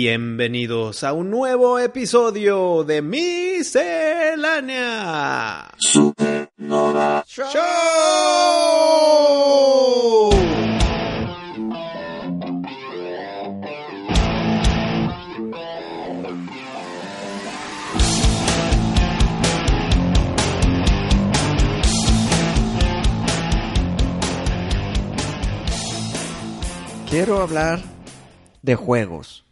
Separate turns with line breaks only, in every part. Bienvenidos a un nuevo episodio de Miscelánea
Supernova.
Show.
Quiero hablar de juegos.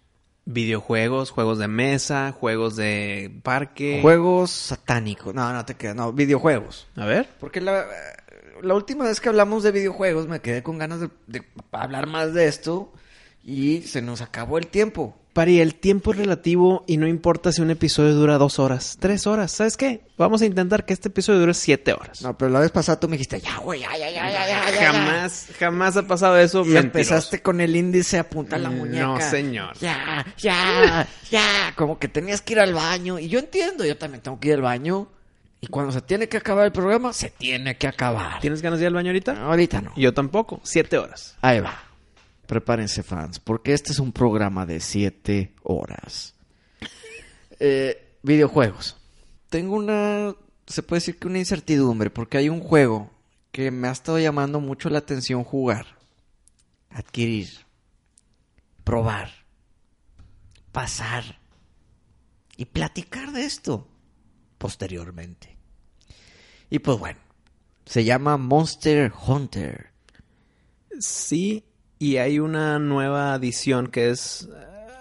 Videojuegos, juegos de mesa, juegos de parque.
Juegos satánicos. No, no te quedas. No, videojuegos.
a ver.
Porque la, eh, la última vez que hablamos de videojuegos me quedé con ganas de, de hablar más de esto y se nos acabó el tiempo.
Pari, el tiempo es relativo y no importa si un episodio dura dos horas, tres horas. ¿Sabes qué? Vamos a intentar que este episodio dure siete horas.
No, pero la vez pasada tú me dijiste, ya, güey, ya, ya, ya, ya, ya, ya, ya".
jamás, jamás ha pasado eso.
Y
Mentiroso. Mm,
empezaste con el índice a apuntar la
No,
muñeca.
señor.
Ya, ya, ya. Como que tenías que ir al baño. Y yo entiendo, yo también tengo que ir al baño. Y cuando se tiene que acabar el programa, se tiene que acabar.
¿Tienes ganas de ir al baño ahorita?
Ahorita no.
Yo tampoco. Siete horas.
Ahí va. Prepárense, fans, porque este es un programa de 7 horas. Eh, videojuegos. Tengo una. Se puede decir que una incertidumbre, porque hay un juego que me ha estado llamando mucho la atención jugar, adquirir, probar, pasar y platicar de esto posteriormente. Y pues bueno, se llama Monster Hunter.
Sí, y hay una nueva edición que es...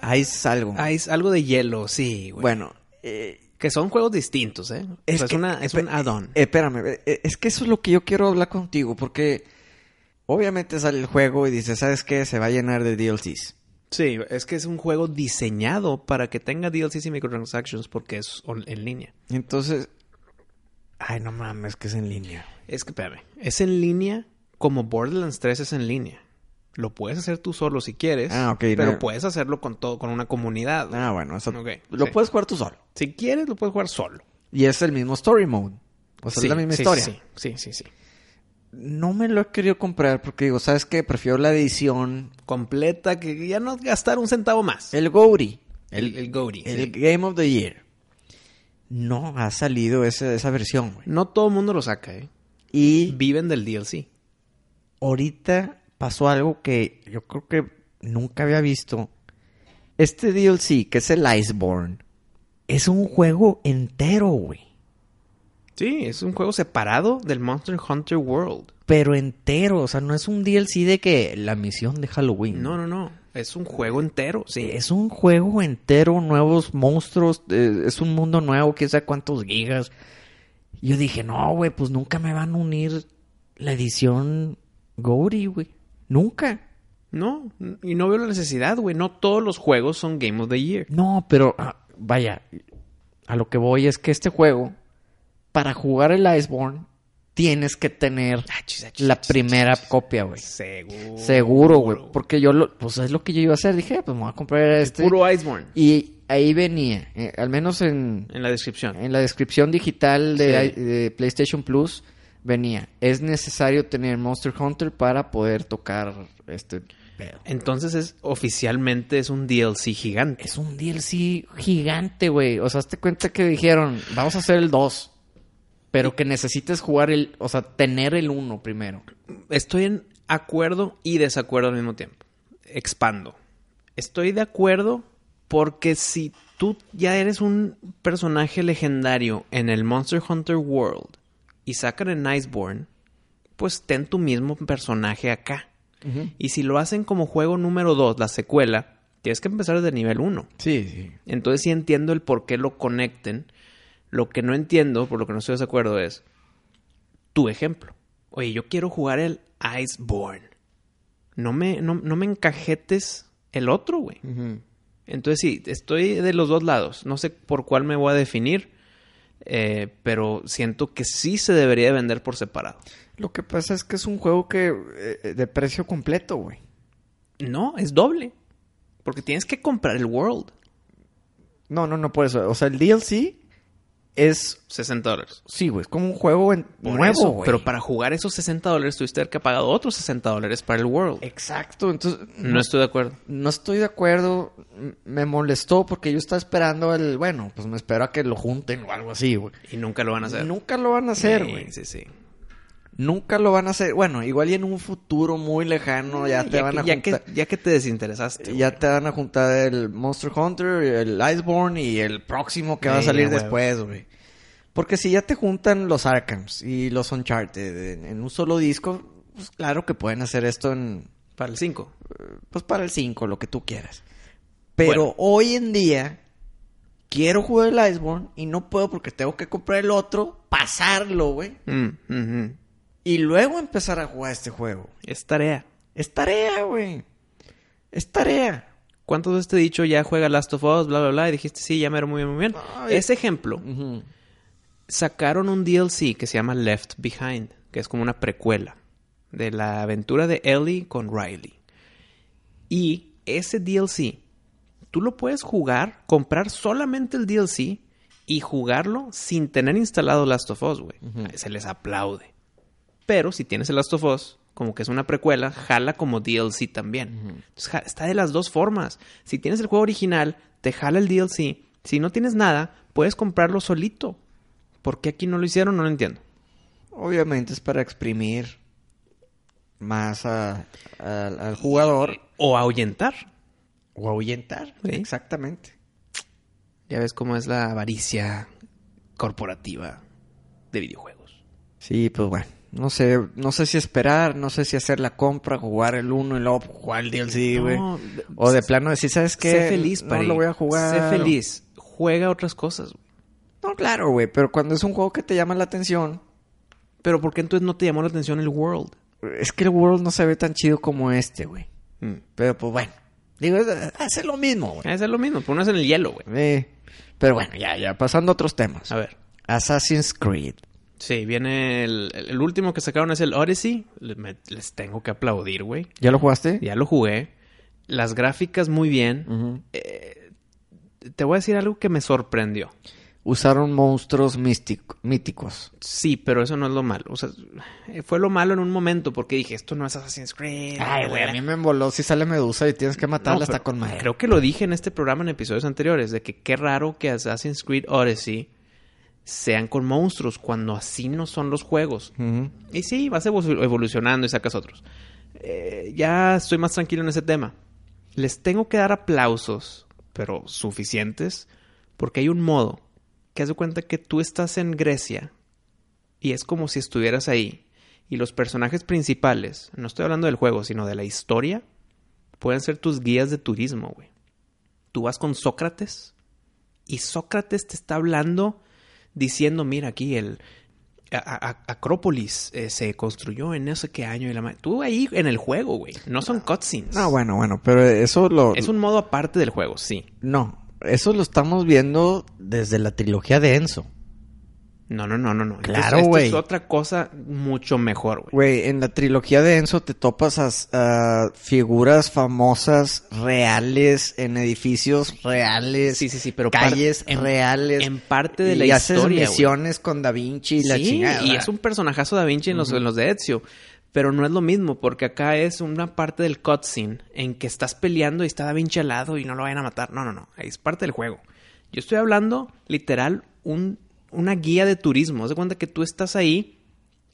Ahí es algo.
Ah, es algo de hielo, sí, güey.
Bueno, eh,
Que son juegos distintos, ¿eh? O sea, Es,
que-
una, es un
espe-
add-on.
eh, Espérame, eh, es que eso es lo que yo quiero hablar contigo, porque obviamente sale el juego y dices, ¿sabes qué? Se va a llenar de DLCs.
sí, es que es un juego diseñado para que tenga DLCs y microtransactions porque es on- en línea.
Entonces, ay, no mames, que es en línea.
Es que, espérame, es en línea como Borderlands 3 es en línea. Lo puedes hacer tú solo si quieres,
Ah, ok,
pero
no.
puedes hacerlo con todo, con una comunidad.
Ah, bueno, eso
Ok,
lo
sí.
puedes jugar tú solo.
Si quieres, lo puedes jugar solo.
Y es el mismo story mode. O sea,
Sí,
es la misma
sí,
historia.
Sí, sí, sí, sí.
No me lo he querido comprar porque digo, ¿sabes qué? Prefiero la edición.
Completa, que ya no gastar un centavo más.
El Gory.
El, el Gory.
El
sí.
Game of the Year. No ha salido esa, esa versión, güey.
No todo el mundo lo saca, ¿eh?
Y
Viven del DLC.
ahorita pasó algo que yo creo que nunca había visto. Este DLC, que es el Iceborne, es un juego entero, güey.
Sí, es un juego separado del Monster Hunter World.
Pero entero, o sea, no es un DLC de que la misión de Halloween.
No, no, no. Es un juego entero, sí.
Es un juego entero, nuevos monstruos, eh, es un mundo nuevo, quién sabe cuántos gigas. Yo dije, no, güey, pues nunca me van a unir la edición Gory, güey. Nunca.
No, n- y no veo la necesidad, güey. No todos los juegos son Game of the Year.
No, pero ah, vaya, a lo que voy es que este juego, para jugar el Iceborne, tienes que tener la primera copia, güey.
Seguro.
Seguro, güey. Porque yo, lo, pues es lo que yo iba a hacer. Dije, pues me voy a comprar este.
Puro Iceborne.
Y ahí venía, eh, al menos en,
En la descripción.
en la descripción digital de,
Sí.
de PlayStation Plus, venía. Es necesario tener Monster Hunter para poder tocar este pedo.
Entonces es oficialmente es un DLC gigante.
Es un DLC gigante, güey. O sea, hazte cuenta que dijeron, vamos a hacer el 2. Pero que necesites jugar el, o sea, tener el 1 primero.
Estoy en acuerdo y desacuerdo al mismo tiempo. Expando. Estoy de acuerdo porque si tú ya eres un personaje legendario en el Monster Hunter World y sacan en Iceborne, pues ten tu mismo personaje acá. Y si lo hacen como juego número 2, la secuela, tienes que empezar desde nivel 1.
Sí, sí.
Entonces sí entiendo el por qué lo conecten. Lo que no entiendo, por lo que no estoy de acuerdo, es tu ejemplo. Oye, yo quiero jugar el Iceborne. No me, no, no me encajetes el otro, güey. Entonces sí, estoy de los dos lados. No sé por cuál me voy a definir, eh, pero siento que sí se debería de vender por separado.
Lo que pasa es que es un juego que eh, de precio completo, güey.
No, es doble. Porque tienes que comprar el World.
No, no, no por eso. O sea, el DLC es...
60 dólares.
Sí, güey, es como un juego en-
Por
nuevo,
eso,
güey.
Pero para jugar esos 60 dólares tuviste que haber pagado otros 60 dólares para el
Eh,
World.
Exacto, entonces...
No estoy de acuerdo.
No estoy de acuerdo. M- Me molestó porque yo estaba esperando el... Bueno, pues me espero a que lo junten o algo así, güey.
Y nunca lo van a hacer.
Nunca lo van a hacer,
Sí,
güey.
Sí, sí.
Nunca lo van a hacer. Bueno, igual y en un futuro muy lejano ya te van
que,
a
Mm, ya,
juntar...
que, ya que te desinteresaste.
Ya te van a juntar el Monster Hunter, el Iceborne y el próximo que va a
Sí,
salir
güey.
después, güey. Porque si ya te juntan los Arkhams y los Uncharted en, en un solo disco, pues claro que pueden hacer esto en,
Para el 5.
pues para el 5, lo que tú quieras. Pero hoy en día quiero jugar el Iceborne y no puedo porque tengo que comprar el otro, pasarlo, güey,
Mm,
y luego empezar a jugar este juego.
Es tarea.
Es tarea, güey. Es tarea.
¿Cuántas veces te he dicho ya juega Last of Us, bla, bla, bla? Y dijiste, sí, ya me era muy bien, muy bien.
Ay.
Ese ejemplo, sacaron un DLC que se llama Left Behind, que es como una precuela de la aventura de Ellie con Riley. Y ese DLC, tú lo puedes jugar, comprar solamente el DLC y jugarlo sin tener instalado Last of Us, güey. Se les aplaude. Pero si tienes el Last of Us, como que es una precuela, jala como DLC también. Entonces, ja- está de las dos formas. Si tienes el juego original, te jala el DLC. Si no tienes nada, puedes comprarlo solito. ¿Por qué aquí no lo hicieron? No lo entiendo.
Obviamente es para exprimir más a- a- al jugador
O ahuyentar.
o ahuyentar.
Sí.
Exactamente.
Ya ves cómo es la avaricia corporativa de videojuegos.
Sí, pues bueno. No sé, no sé si esperar, no sé si hacer la compra, jugar el uno y luego jugar el DLC, güey.
No,
o de plano decir, ¿sabes qué?
sé feliz,
no
Pari.
lo voy a jugar.
Sé feliz. Juega otras cosas. güey.
No, claro, güey, pero cuando es un juego que te llama la atención,
Pero ¿por qué entonces no te llamó la atención el World?
es que el World no se ve tan chido como este, güey.
Mm.
Pero pues bueno, digo, es- hace lo mismo, güey.
Es lo mismo. Pones en el hielo, güey.
Eh, pero bueno, ya, ya, pasando a otros temas.
A ver.
Assassin's Creed.
Sí, viene el, el- el último que sacaron es el Odyssey. Le- me- les tengo que aplaudir, güey.
¿Ya lo jugaste?
Ya lo jugué. Las gráficas muy bien.
Ujú.
Te voy a decir algo que me sorprendió.
Usaron monstruos místico- míticos.
Sí, pero eso no es lo malo. O sea, fue lo malo en un momento porque dije, esto no es Assassin's Creed.
Ay, güey, a mí me emboló. Si sale Medusa y tienes que matarla
No,
hasta
pero
con madre.
Creo que lo dije en este programa en episodios anteriores, de que qué raro que Assassin's Creed Odyssey sean con monstruos cuando así no son los juegos.
Ujú.
Y sí, vas evo- evolucionando y sacas otros. Eh, ya estoy más tranquilo en ese tema. Les tengo que dar aplausos, pero suficientes, porque hay un modo que hace cuenta que tú estás en Grecia y es como si estuvieras ahí. Y los personajes principales, no estoy hablando del juego, sino de la historia, pueden ser tus guías de turismo, güey. Tú vas con Sócrates y Sócrates te está hablando diciendo, mira aquí el, a- a- Acrópolis eh, se construyó en no sé qué año y la ma- Tú ahí en el juego, güey. No son cutscenes.
No, bueno, bueno, pero eso lo...
Es un modo aparte del juego, sí.
No, eso lo estamos viendo desde la trilogía de Enzo.
No, no, no, no, no. Esto es-
Claro,
esto
güey.
es otra cosa mucho mejor, güey.
Güey, en la trilogía de Enzo te topas a, a figuras famosas, reales, en edificios reales.
Sí, sí, sí, pero par-
calles
en-
reales.
en parte de la
y
historia,
haces
güey.
misiones con Da Vinci y la
Sí,
chingada.
y es un personajazo da Vinci en los, en los de Ezio. Pero no es lo mismo, porque acá es una parte del cutscene en que estás peleando y está Da Vinci al lado y no lo vayan a matar. No, no, no. Ahí es parte del juego. Yo estoy hablando, literal, un, una guía de turismo. Haz de cuenta que tú estás ahí,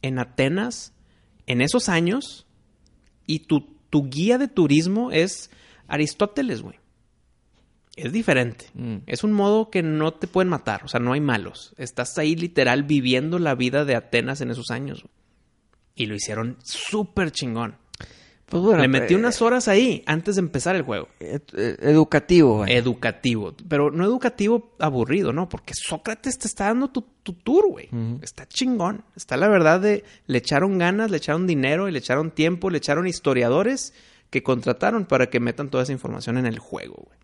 en Atenas, en esos años, y tu, tu guía de turismo es Aristóteles, güey. Es diferente.
Mm.
Es un modo que no te pueden matar, o sea, no hay malos. Estás ahí literal viviendo la vida de Atenas en esos años. güey. Y lo hicieron súper chingón.
Pues bueno,
Le metí
eh,
unas horas ahí antes de empezar el juego.
eh, eh, educativo, güey.
Educativo, pero no educativo aburrido, ¿no? Porque Sócrates te está dando tu, tu tour, güey.
Ujú.
Está chingón. Está la verdad de le echaron ganas, le echaron dinero, y le echaron tiempo, le echaron historiadores que contrataron para que metan toda esa información en el juego, güey.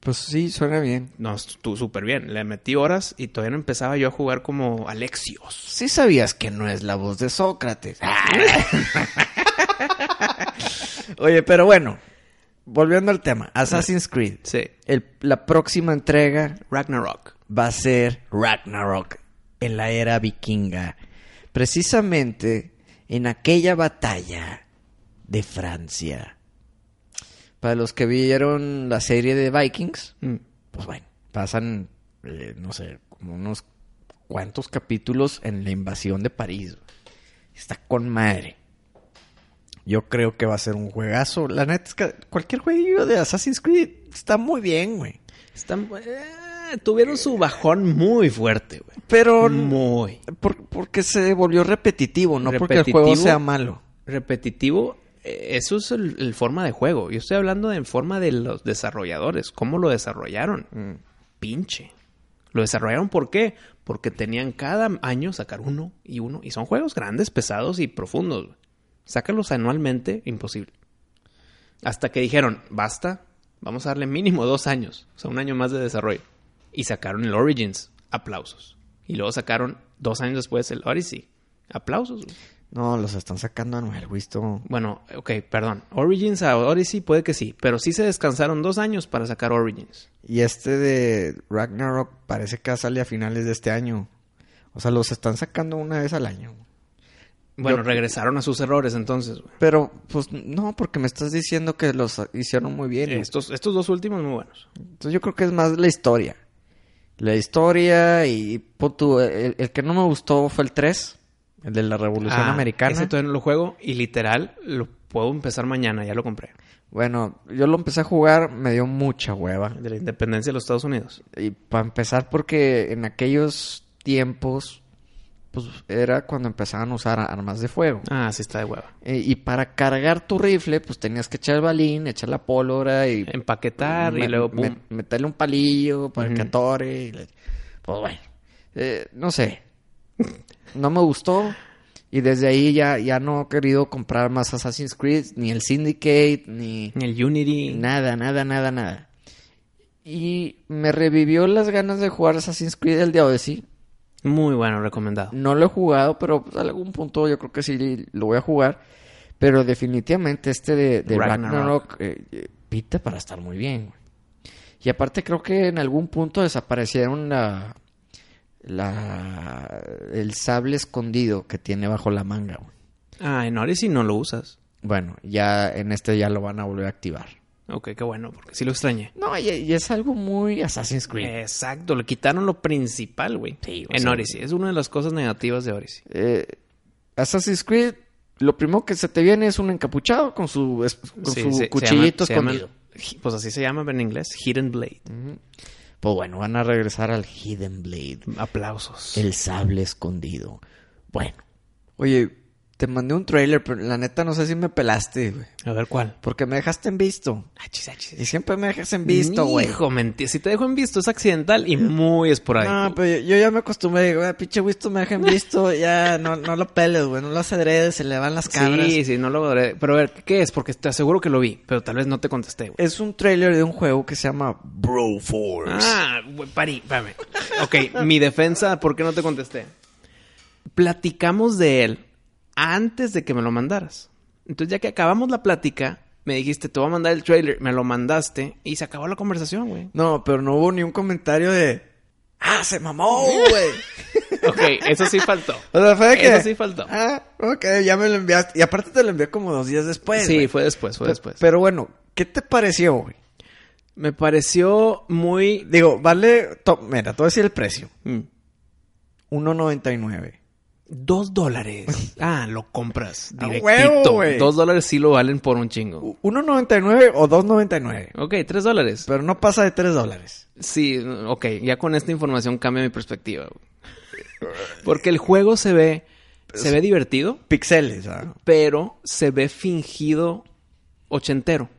Pues sí, suena bien.
No, estuvo súper bien. Le metí horas y todavía no empezaba yo a jugar como Alexios.
Sí sabías que no es la voz de Sócrates.
Ah.
Oye, pero bueno, volviendo al tema, Assassin's Creed.
Sí.
El- la próxima entrega
Ragnarok.
va a ser Ragnarok. en la era vikinga. Precisamente en aquella batalla de Francia. Para los que vieron la serie de Vikings,
Mm.
pues bueno, pasan, eh, no sé, como unos cuantos capítulos en la invasión de París. Está con madre. Yo creo que va a ser un juegazo. La neta es que cualquier jueguillo de Assassin's Creed está muy bien, güey.
Están, eh, tuvieron su bajón muy fuerte, güey.
Pero
Mm. Muy.
por- porque se volvió repetitivo, no porque el
Repetitivo.
juego sea malo.
Repetitivo, eh, eso es el, el forma de juego. Yo estoy hablando de en forma de los desarrolladores, cómo lo desarrollaron.
Mm.
Pinche. Lo desarrollaron ¿por qué? Porque tenían cada año sacar uno y uno. Y son juegos grandes, pesados y profundos. güey. Sácalos anualmente, imposible. Hasta que dijeron, basta, vamos a darle mínimo dos años, o sea, un año más de desarrollo. Y sacaron el Origins, aplausos. Y luego sacaron dos años después el Odyssey, aplausos. güey.
No, los están sacando anual, güey. esto-
Bueno, ok, perdón. Origins a Odyssey puede que sí, pero sí se descansaron dos años para sacar Origins.
Y este de Ragnarok parece que sale a finales de este año. O sea, los están sacando una vez al año.
Bueno,
Yo-
regresaron a sus errores entonces. güey.
Pero, pues, no, porque me estás diciendo que los hicieron muy bien.
Estos, estos dos últimos muy buenos.
Entonces yo creo que es más la historia. La historia y... pon tú, el, el que no me gustó fue el 3. El de la Revolución
Ah,
Americana.
Ese todavía no lo juego y literal lo puedo empezar mañana, ya lo compré.
Bueno, yo lo empecé a jugar, me dio mucha hueva.
El De la independencia de los Estados Unidos.
Y para empezar, porque en aquellos tiempos, pues era cuando empezaban a usar armas de fuego.
Ah, sí está de hueva.
Eh, y para cargar tu rifle, pues tenías que echar el balín, echar la pólvora y
Empaquetar
me-
y luego pum.
me- meterle un palillo para que
Ujú.
atore. y le- Pues bueno, Eh, no sé. No me gustó. Y desde ahí ya, ya no he querido comprar más Assassin's Creed, ni el Syndicate, ni
El Unity.
nada, nada, nada, nada. Y me revivió las ganas de jugar Assassin's Creed el de Odyssey.
Muy bueno, recomendado.
No lo he jugado, pero pues, a algún punto yo creo que sí lo voy a jugar. Pero definitivamente este de, de
Ragnarok.
Ragnarok eh, eh, pinta para estar muy bien. güey. Y aparte creo que en algún punto desaparecieron la, la el sable escondido que tiene bajo la manga. güey.
Ah, en Odyssey no lo usas.
Bueno, ya en este ya lo van a volver a activar.
Ok, qué bueno, porque sí lo extrañé.
No, y, y es algo muy Assassin's Creed.
Exacto, le quitaron lo principal, güey.
Sí, o
en
sea,
Odyssey. Es una de las cosas negativas de Odyssey.
eh, Assassin's Creed, lo primero que se te viene es un encapuchado con su, es- con
Sí,
su
se- se
cuchillito
llama- se llama-
escondido.
pues así se llama en inglés, Hidden Blade.
Pues bueno, van a regresar al Hidden Blade,
Aplausos.
el sable escondido. Bueno. Oye, te mandé un trailer, pero la neta no sé si me pelaste, güey.
A ver cuál.
Porque me dejaste en visto.
Achis, achis.
Y siempre me dejas en visto, güey.
Hijo, mentira. Si te dejo en visto es accidental y muy esporádico.
No, pero yo, yo ya me acostumbré. Digo, "Ah, pinche visto me deja en visto. Ya, no, no lo peles, güey. No lo acedredes, se le van las cabras.
sí, sí, no lo podré. Pero a ver, ¿qué es? Porque te aseguro que lo vi, pero tal vez no te contesté, güey.
Es un trailer de un juego que se llama Broforce.
Ah, güey, parí, espérame. Ok, mi defensa, ¿por qué no te contesté? Platicamos de él antes de que me lo mandaras. Entonces, ya que acabamos la plática, me dijiste, te voy a mandar el trailer, me lo mandaste y se acabó la conversación, güey.
No, pero no hubo ni un comentario de. ¡Ah, se mamó, güey!
Ok, eso sí faltó.
O sea, fue de que.
Eso sí faltó.
Ah, ok, ya me lo enviaste. Y aparte te lo envié como dos días después.
sí,
güey.
fue después, fue
Pe-
después.
Pero bueno, ¿qué te pareció, güey?
me pareció muy...
Digo, vale. to- Mira, te voy a decir el precio:
Mm.
1.99.
Dos dólares. Ah, lo compras
A
directito. Uh.
huevo, güey.
Dos dólares sí lo valen por un chingo.
U- 1.99 o 2.99.
Ok, tres dólares.
Pero no pasa de 3 dólares.
Sí, ok, ya con esta información cambia mi perspectiva. güey. Porque el juego se ve, se ve divertido,
Pixeles, ¿ah?
pero se ve fingido ochentero.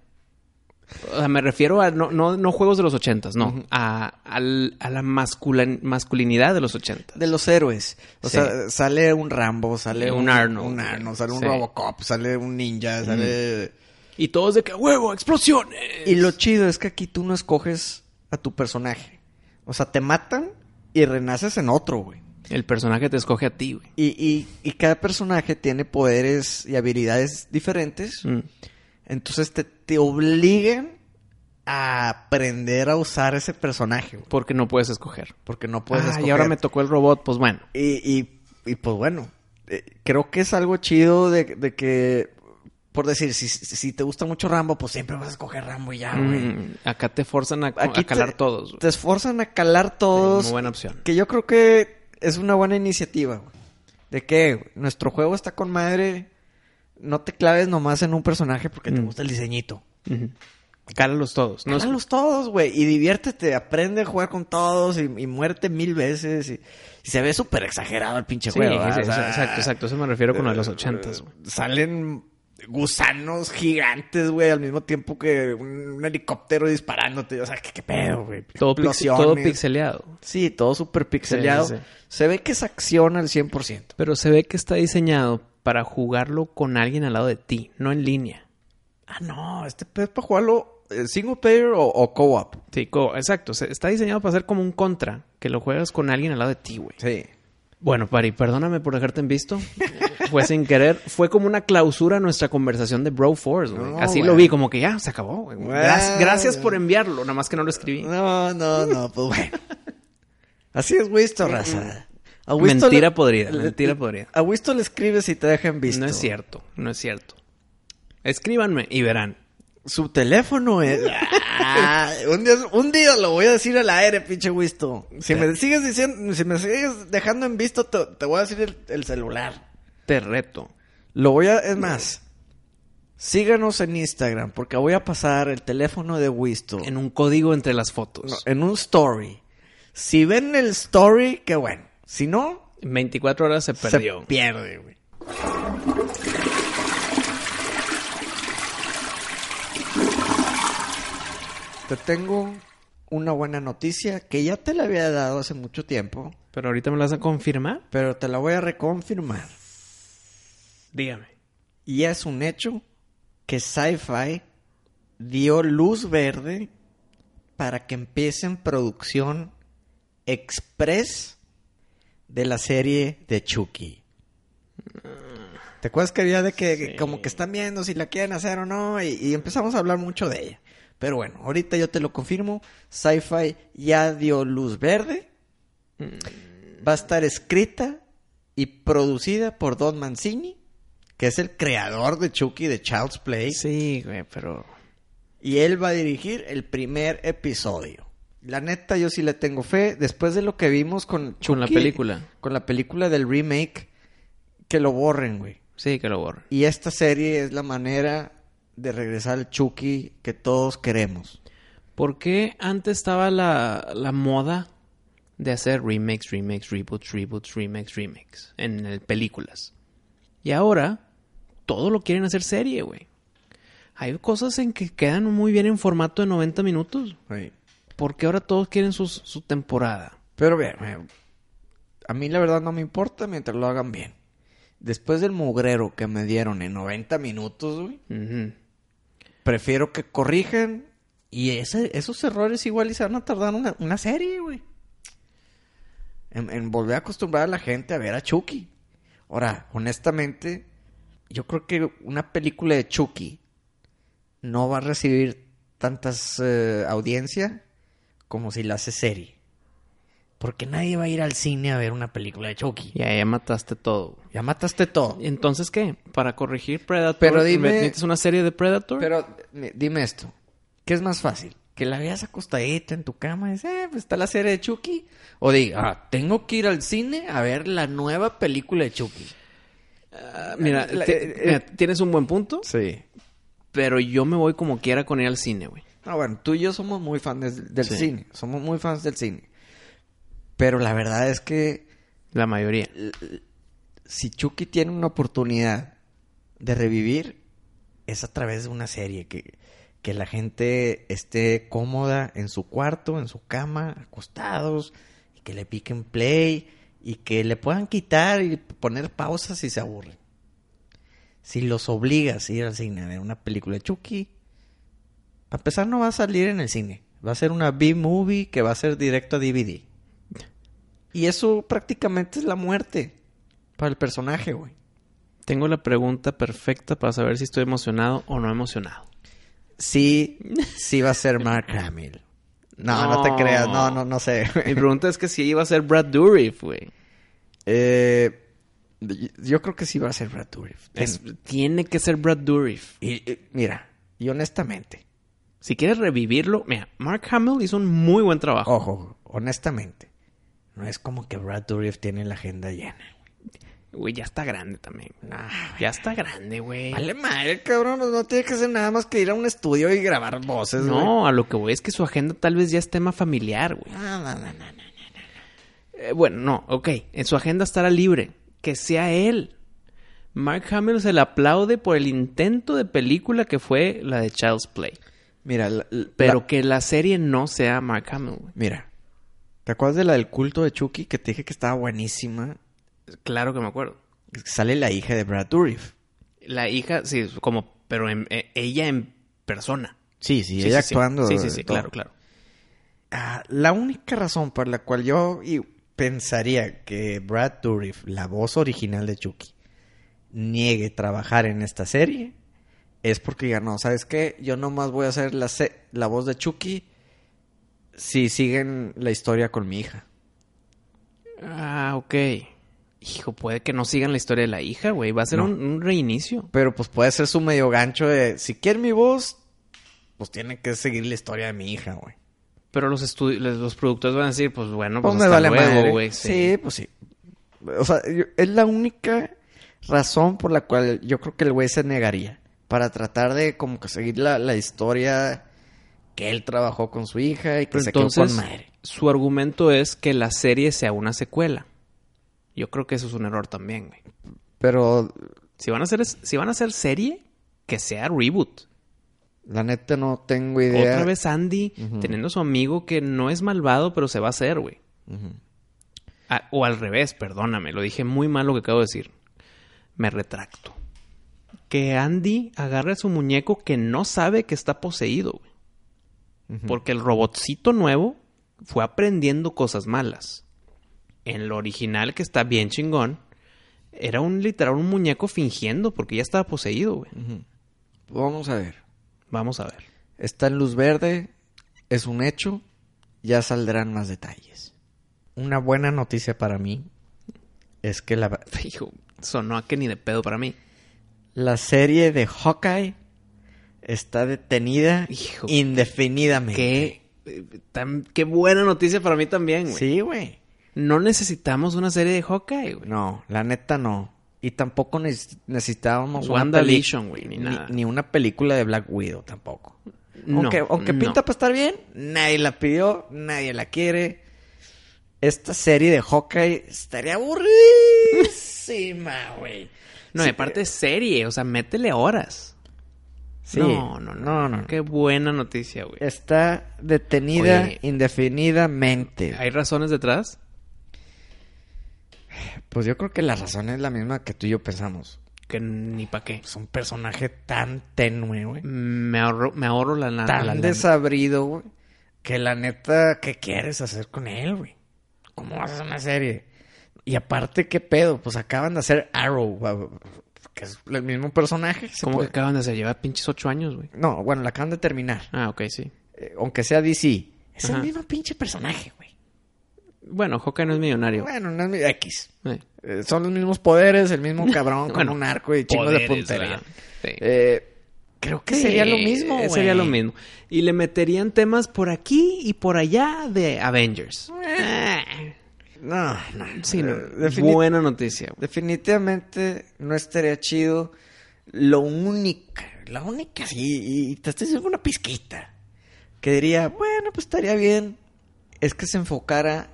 O sea, me refiero a no, no, no juegos de los ochentas, no, a, al- a la masculan- masculinidad de los ochentas.
De los héroes. O
Sí.
sea, sale un Rambo, sale
Un Arnold,
Un
güey.
Arnold, sale un
Sí.
Robocop, sale un ninja, sale.
Y todos de que huevo, explosiones.
Y lo chido es que aquí tú no escoges a tu personaje. O sea, te matan y renaces en otro, güey.
El personaje te escoge a ti, güey.
Y, y- y cada personaje tiene poderes y habilidades diferentes.
Mm.
Entonces te, te obligan a aprender a usar ese personaje, güey,
Porque no puedes escoger.
Porque no puedes
ah,
escoger.
y ahora me tocó el robot, pues bueno.
Y, y, y, pues bueno, eh, creo que es algo chido de, de que, por decir, si, si te gusta mucho Rambo, pues siempre vas a escoger Rambo y ya, güey.
Mm, acá te forzan a,
Aquí
a calar
te-
todos. güey.
Te esfuerzan a calar todos.
Muy buena opción.
Que yo creo que es una buena iniciativa, güey. De que güey, nuestro juego está con madre. No te claves nomás en un personaje porque te
Mm.
gusta el diseñito.
Ujú. Cálalos todos. No es-
Cálalos todos, güey. Y diviértete, aprende a jugar con todos y, y muérete mil veces. Y, y se ve súper exagerado el pinche
Sí,
juego.
sí,
¿verdad? O
sí,
sea,
exacto, exacto. Eso me refiero con lo de los
eh,
ochentas. güey.
Salen gusanos gigantes, güey, al mismo tiempo que un, un helicóptero disparándote. O sea, ¿qué, qué pedo, güey?
Todo, pix-
Explosiones.
todo pixeleado.
Sí, todo súper pixelado.
Sí, sí, sí.
Se ve que es acción al 100%.
Pero se ve que está diseñado para jugarlo con alguien al lado de ti, no en línea.
Ah, no, este pedo es para jugarlo eh, single player o, o co-op.
Sí, co- exacto. Se- Está diseñado para ser como un contra, que lo juegas con alguien al lado de ti, güey.
Sí.
Bueno, Pari, perdóname por dejarte en visto. Fue sin querer. Fue como una clausura a nuestra conversación de Bro Force, güey.
No,
Así
güey.
lo vi, como que ya, se acabó, güey.
Güey.
Gra- gracias por enviarlo, nada más que no lo escribí.
No, no, no, pues bueno. Así es Wisto, raza. A Wisto
Mentira
le-
podrida,
le-
mentira podrida.
A Wisto le escribes y te dejan visto.
No es cierto, no es cierto. Escríbanme y verán.
Su teléfono es... Ah, un, día, un día lo voy a decir al aire, pinche Wisto. Si me sigues diciendo, si me sigues dejando en visto, te, te voy a decir el- el celular.
Te reto.
Lo voy a... Es más, síganos en Instagram porque voy a pasar el teléfono de Wisto
En un código entre las
no, eh.
fotos.
en un story. Si ven el story, qué bueno. Si no,
24 horas se perdió.
se pierde, güey. Te tengo una buena noticia que ya te la había dado hace mucho tiempo,
Pero ahorita me lo vas a confirmar.
pero te la voy a reconfirmar.
Dígame.
Y es un hecho que Sci-Fi dio luz verde para que empiecen producción express de la serie de Chucky. ¿Te acuerdas que había de que que como que están viendo si la quieren hacer o no? Y, y empezamos a hablar mucho de ella. Pero bueno, ahorita yo te lo confirmo. Sci-Fi ya dio luz verde. Va a estar escrita y producida por Don Mancini, que es el creador de Chucky de Child's Play.
Sí, güey, pero.
Y él va a dirigir el primer episodio. La neta, yo sí le tengo fe. Después de lo que vimos con Chucky.
Con la película.
Con la película del remake. Que lo borren, güey.
Sí, que lo borre.
Y esta serie es la manera de regresar al Chucky que todos queremos.
¿Por qué antes estaba la, la moda de hacer remakes, remakes, reboots, reboots, remakes, remakes en el- películas? Y ahora todo lo quieren hacer serie, güey. Hay cosas en que quedan muy bien en formato de 90 minutos. Porque ahora todos quieren sus- su temporada.
Pero bien, eh, a mí la verdad no me importa mientras lo hagan bien. Después del mugrero que me dieron en 90 minutos, güey,
Ujú.
prefiero que corrijan. Y ese- esos errores igual y se van a tardar una, una serie, güey. En, en volver a acostumbrar a la gente a ver a Chucky. Ahora, honestamente, yo creo que una película de Chucky no va a recibir tantas eh, audiencia como si la hace serie. Porque nadie va a ir al cine a ver una película de Chucky.
Y ahí ya mataste todo.
Ya mataste todo.
Entonces, ¿qué? ¿Para corregir Predator?
Pero dime-
¿Necesitas una serie de Predator?
Pero mi- dime esto, ¿qué es más fácil? ¿Que la veas acostadita en tu cama y dices, eh, pues está la serie de Chucky? O diga, ah, tengo que ir al cine a ver la nueva película de Chucky.
Ah, mira,
la-
ti-
eh,
mira, tienes un buen punto,
Sí.
pero yo me voy como quiera con ir al cine, güey.
Ah, bueno, tú y yo somos muy fans del, del
Sí.
cine, somos muy fans del cine. Pero la verdad es que
La mayoría.
si Chucky tiene una oportunidad de revivir, es a través de una serie que, que la gente esté cómoda en su cuarto, en su cama, acostados, y que le piquen play y que le puedan quitar y poner pausas si se aburren. Si los obligas a ir al cine a ver una película de Chucky, a pesar no va a salir en el cine. Va a ser una B-movie que va a ser directo a DVD. Y eso prácticamente es la muerte para el personaje, güey.
Tengo la pregunta perfecta para saber si estoy emocionado o no emocionado.
sí, sí va a ser Mark Hamill. No, no, te
No.
creas, no, no, no sé.
Mi pregunta es que si iba a ser Brad Dourif, güey.
Eh, yo creo que sí va a ser Brad Dourif.
Es- tiene que ser Brad Dourif.
Y, y- mira, y honestamente,
Si quieres revivirlo, mira, Mark Hamill hizo un muy buen trabajo.
ojo, honestamente, no es como que Brad Dourif tiene la agenda llena.
Güey, ya está grande también.
Nah,
Ya está grande, güey.
Vale madre, cabrón, no tiene que hacer nada más que ir a un estudio y grabar voces, pues, güey.
No, a lo que voy es que su agenda tal vez ya es tema familiar, güey.
No, no, no, no, no.
Eh, bueno, no, ok. En su agenda estará libre. Que sea él. Mark Hamill se le aplaude por el intento de película que fue la de Child's Play.
Mira, la- la-
Pero que la serie no sea Mark Hamill, güey.
mira, ¿te acuerdas de la del culto de Chucky que te dije que estaba buenísima?
Claro que me acuerdo.
Sale la hija de Brad Dourif.
La hija, sí, es como, pero en- eh, ella en persona.
Sí, sí,
Sí,
ella
sí, sí.
actuando.
Sí, sí, sí,
todo.
claro, claro.
Ah, la única razón por la cual yo y- pensaría que Brad Dourif, la voz original de Chucky, niegue trabajar en esta serie es porque ya no, ¿sabes qué? Yo nomás voy a hacer la, se- la voz de Chucky si siguen la historia con mi hija.
Ah, ok. Hijo, puede que no sigan la historia de la hija, güey. Va a ser
No.
un, un reinicio.
Pero pues puede ser su medio gancho de si quieren mi voz, pues tiene que seguir la historia de mi hija, güey.
Pero los estu- les- los productores van a decir, pues bueno, pues,
Pues me
hasta
vale
luego,
madre.
güey.
Sí.
Sí.
pues sí. O sea, yo- es la única razón por la cual yo creo que el güey se negaría. Para tratar de como que seguir la, la historia que él trabajó con su hija y
Pero
que pues, se quedó
entonces,
con madre.
su argumento es que la serie sea una secuela. Yo creo que eso es un error también, güey.
Pero
Si van a hacer, es- si van a hacer serie, que sea reboot.
la neta no tengo idea.
Otra vez Andy teniendo su amigo que no es malvado, pero se va a hacer, güey.
Ujú.
Ah, o al revés, perdóname, lo dije muy mal lo que acabo de decir. Me retracto. Que Andy agarre a su muñeco que no sabe que está poseído, güey. Porque el robotcito nuevo fue aprendiendo cosas malas. En lo original, que está bien chingón, era un literal un muñeco fingiendo porque ya estaba poseído, güey.
Vamos a ver.
Vamos a ver.
Está en luz verde, es un hecho, ya saldrán más detalles. Una buena noticia para mí es que la,
Hijo, sonó a que ni de pedo para mí.
La serie de Hawkeye está detenida
Hijo.
indefinidamente.
Qué, eh, tan- qué buena noticia para mí también, güey.
Sí, güey.
No necesitamos una serie de Hawkeye, güey.
No, la neta no. Y tampoco neces- necesitábamos una
WandaVision,
peli-
güey, ni nada.
ni una película de Black Widow tampoco.
No,
aunque aunque
no.
pinta para estar bien, nadie la pidió, nadie la quiere. Esta serie de Hawkeye estaría aburridísima, güey.
No,
Sí,
y aparte es serie, o sea, métele horas.
Sí. Mm.
No, no, no,
no, no.
Qué buena noticia, güey.
Está detenida
Oye.
indefinidamente.
¿Hay razones detrás?
Pues yo creo que la razón es la misma que tú y yo pensamos.
Que ni pa' qué.
Es un personaje tan tenue, güey.
Me ahorro, me ahorro la lana.
Tan
Ah, la lana.
desabrido, güey. Que la neta, ¿qué quieres hacer con él, güey? ¿Cómo vas a hacer una serie? Y aparte, ¿qué pedo? Pues acaban de hacer Arrow, güey, que es el mismo personaje. se
¿Cómo que
puede-
acaban de hacer? Lleva pinches ocho años, güey.
No, bueno, la acaban de terminar.
Ah, ok, sí.
Eh, aunque sea DC. Es
Ajá.
el mismo pinche personaje, güey.
Bueno, Hawkeye no es millonario.
Bueno, no es mi- X.
Eh,
Eh, son los mismos poderes, el mismo cabrón
Bueno,
con un arco y chingo de
poderes,
puntería.
¿verdad? Sí.
Eh, creo que sería lo mismo,
Eh,
güey.
Sería lo mismo. Y le meterían temas por aquí y por allá de Avengers.
No, Eh, no.
Sí, no.
Eh, defini-
Buena noticia. güey.
Definitivamente no estaría chido. Lo única, la única, y, y te estoy diciendo una pizquita, que diría, bueno, pues estaría bien, es que se enfocara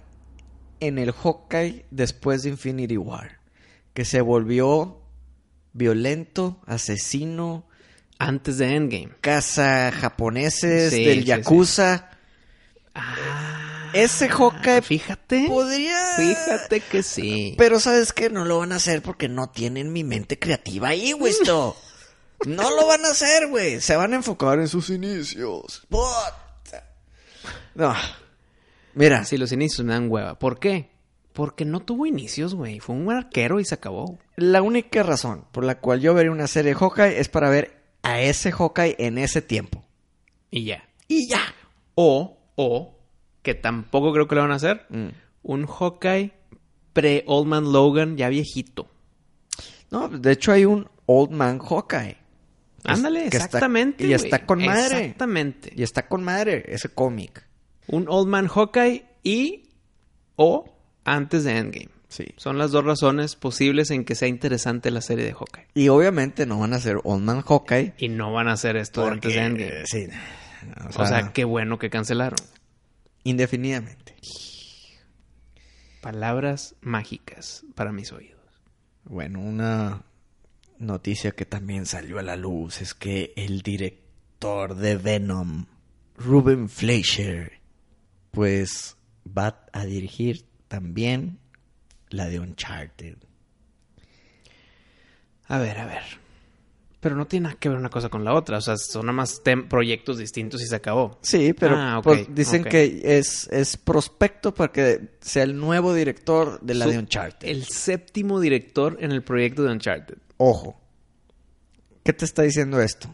en el Hawkeye después de Infinity War, que se volvió violento, asesino,
Antes de Endgame.
casa japoneses,
Sí,
del
sí,
Yakuza.
Ah,
Ese Hawkeye
Fíjate.
Podría.
Fíjate que sí.
Pero sabes que no lo van a hacer porque no tienen mi mente creativa ahí, güey. esto. no lo van a hacer, güey. Se van a enfocar en sus inicios. Puta. No. Mira,
Si los inicios me dan hueva. ¿Por qué? Porque no tuvo inicios, güey. Fue un arquero y se acabó.
la única razón por la cual yo vería una serie de Hawkeye es para ver a ese Hawkeye en ese tiempo.
Y ya.
Y ya.
O, o, que tampoco creo que lo van a hacer, un Hawkeye pre-Old Man Logan ya viejito.
No, de hecho hay un Old Man Hawkeye. Que es-
Ándale,
que está-
exactamente.
y
güey.
está con madre.
Exactamente.
Y está con madre ese cómic.
Un Old Man Hawkeye y o antes de Endgame.
Sí.
Son las dos razones posibles en que sea interesante la serie de Hawkeye.
Y obviamente no van a ser Old Man Hawkeye.
Y no van a hacer esto antes
porque,
de Endgame.
eh, Sí. O sea,
o sea, qué bueno que cancelaron.
indefinidamente.
Palabras mágicas para mis oídos.
Bueno, una noticia que también salió a la luz es que el director de Venom, Ruben Fleischer, pues va a dirigir también la de Uncharted.
A ver, a ver. Pero no tiene nada que ver una cosa con la otra. O sea, son nada más tem- proyectos distintos y se acabó.
Sí, pero
Ah, ok,
pues, dicen
ok.
que es, es prospecto para que sea el nuevo director de la
Su-
de Uncharted.
El séptimo director en el proyecto de Uncharted.
Ojo, ¿qué te está diciendo esto?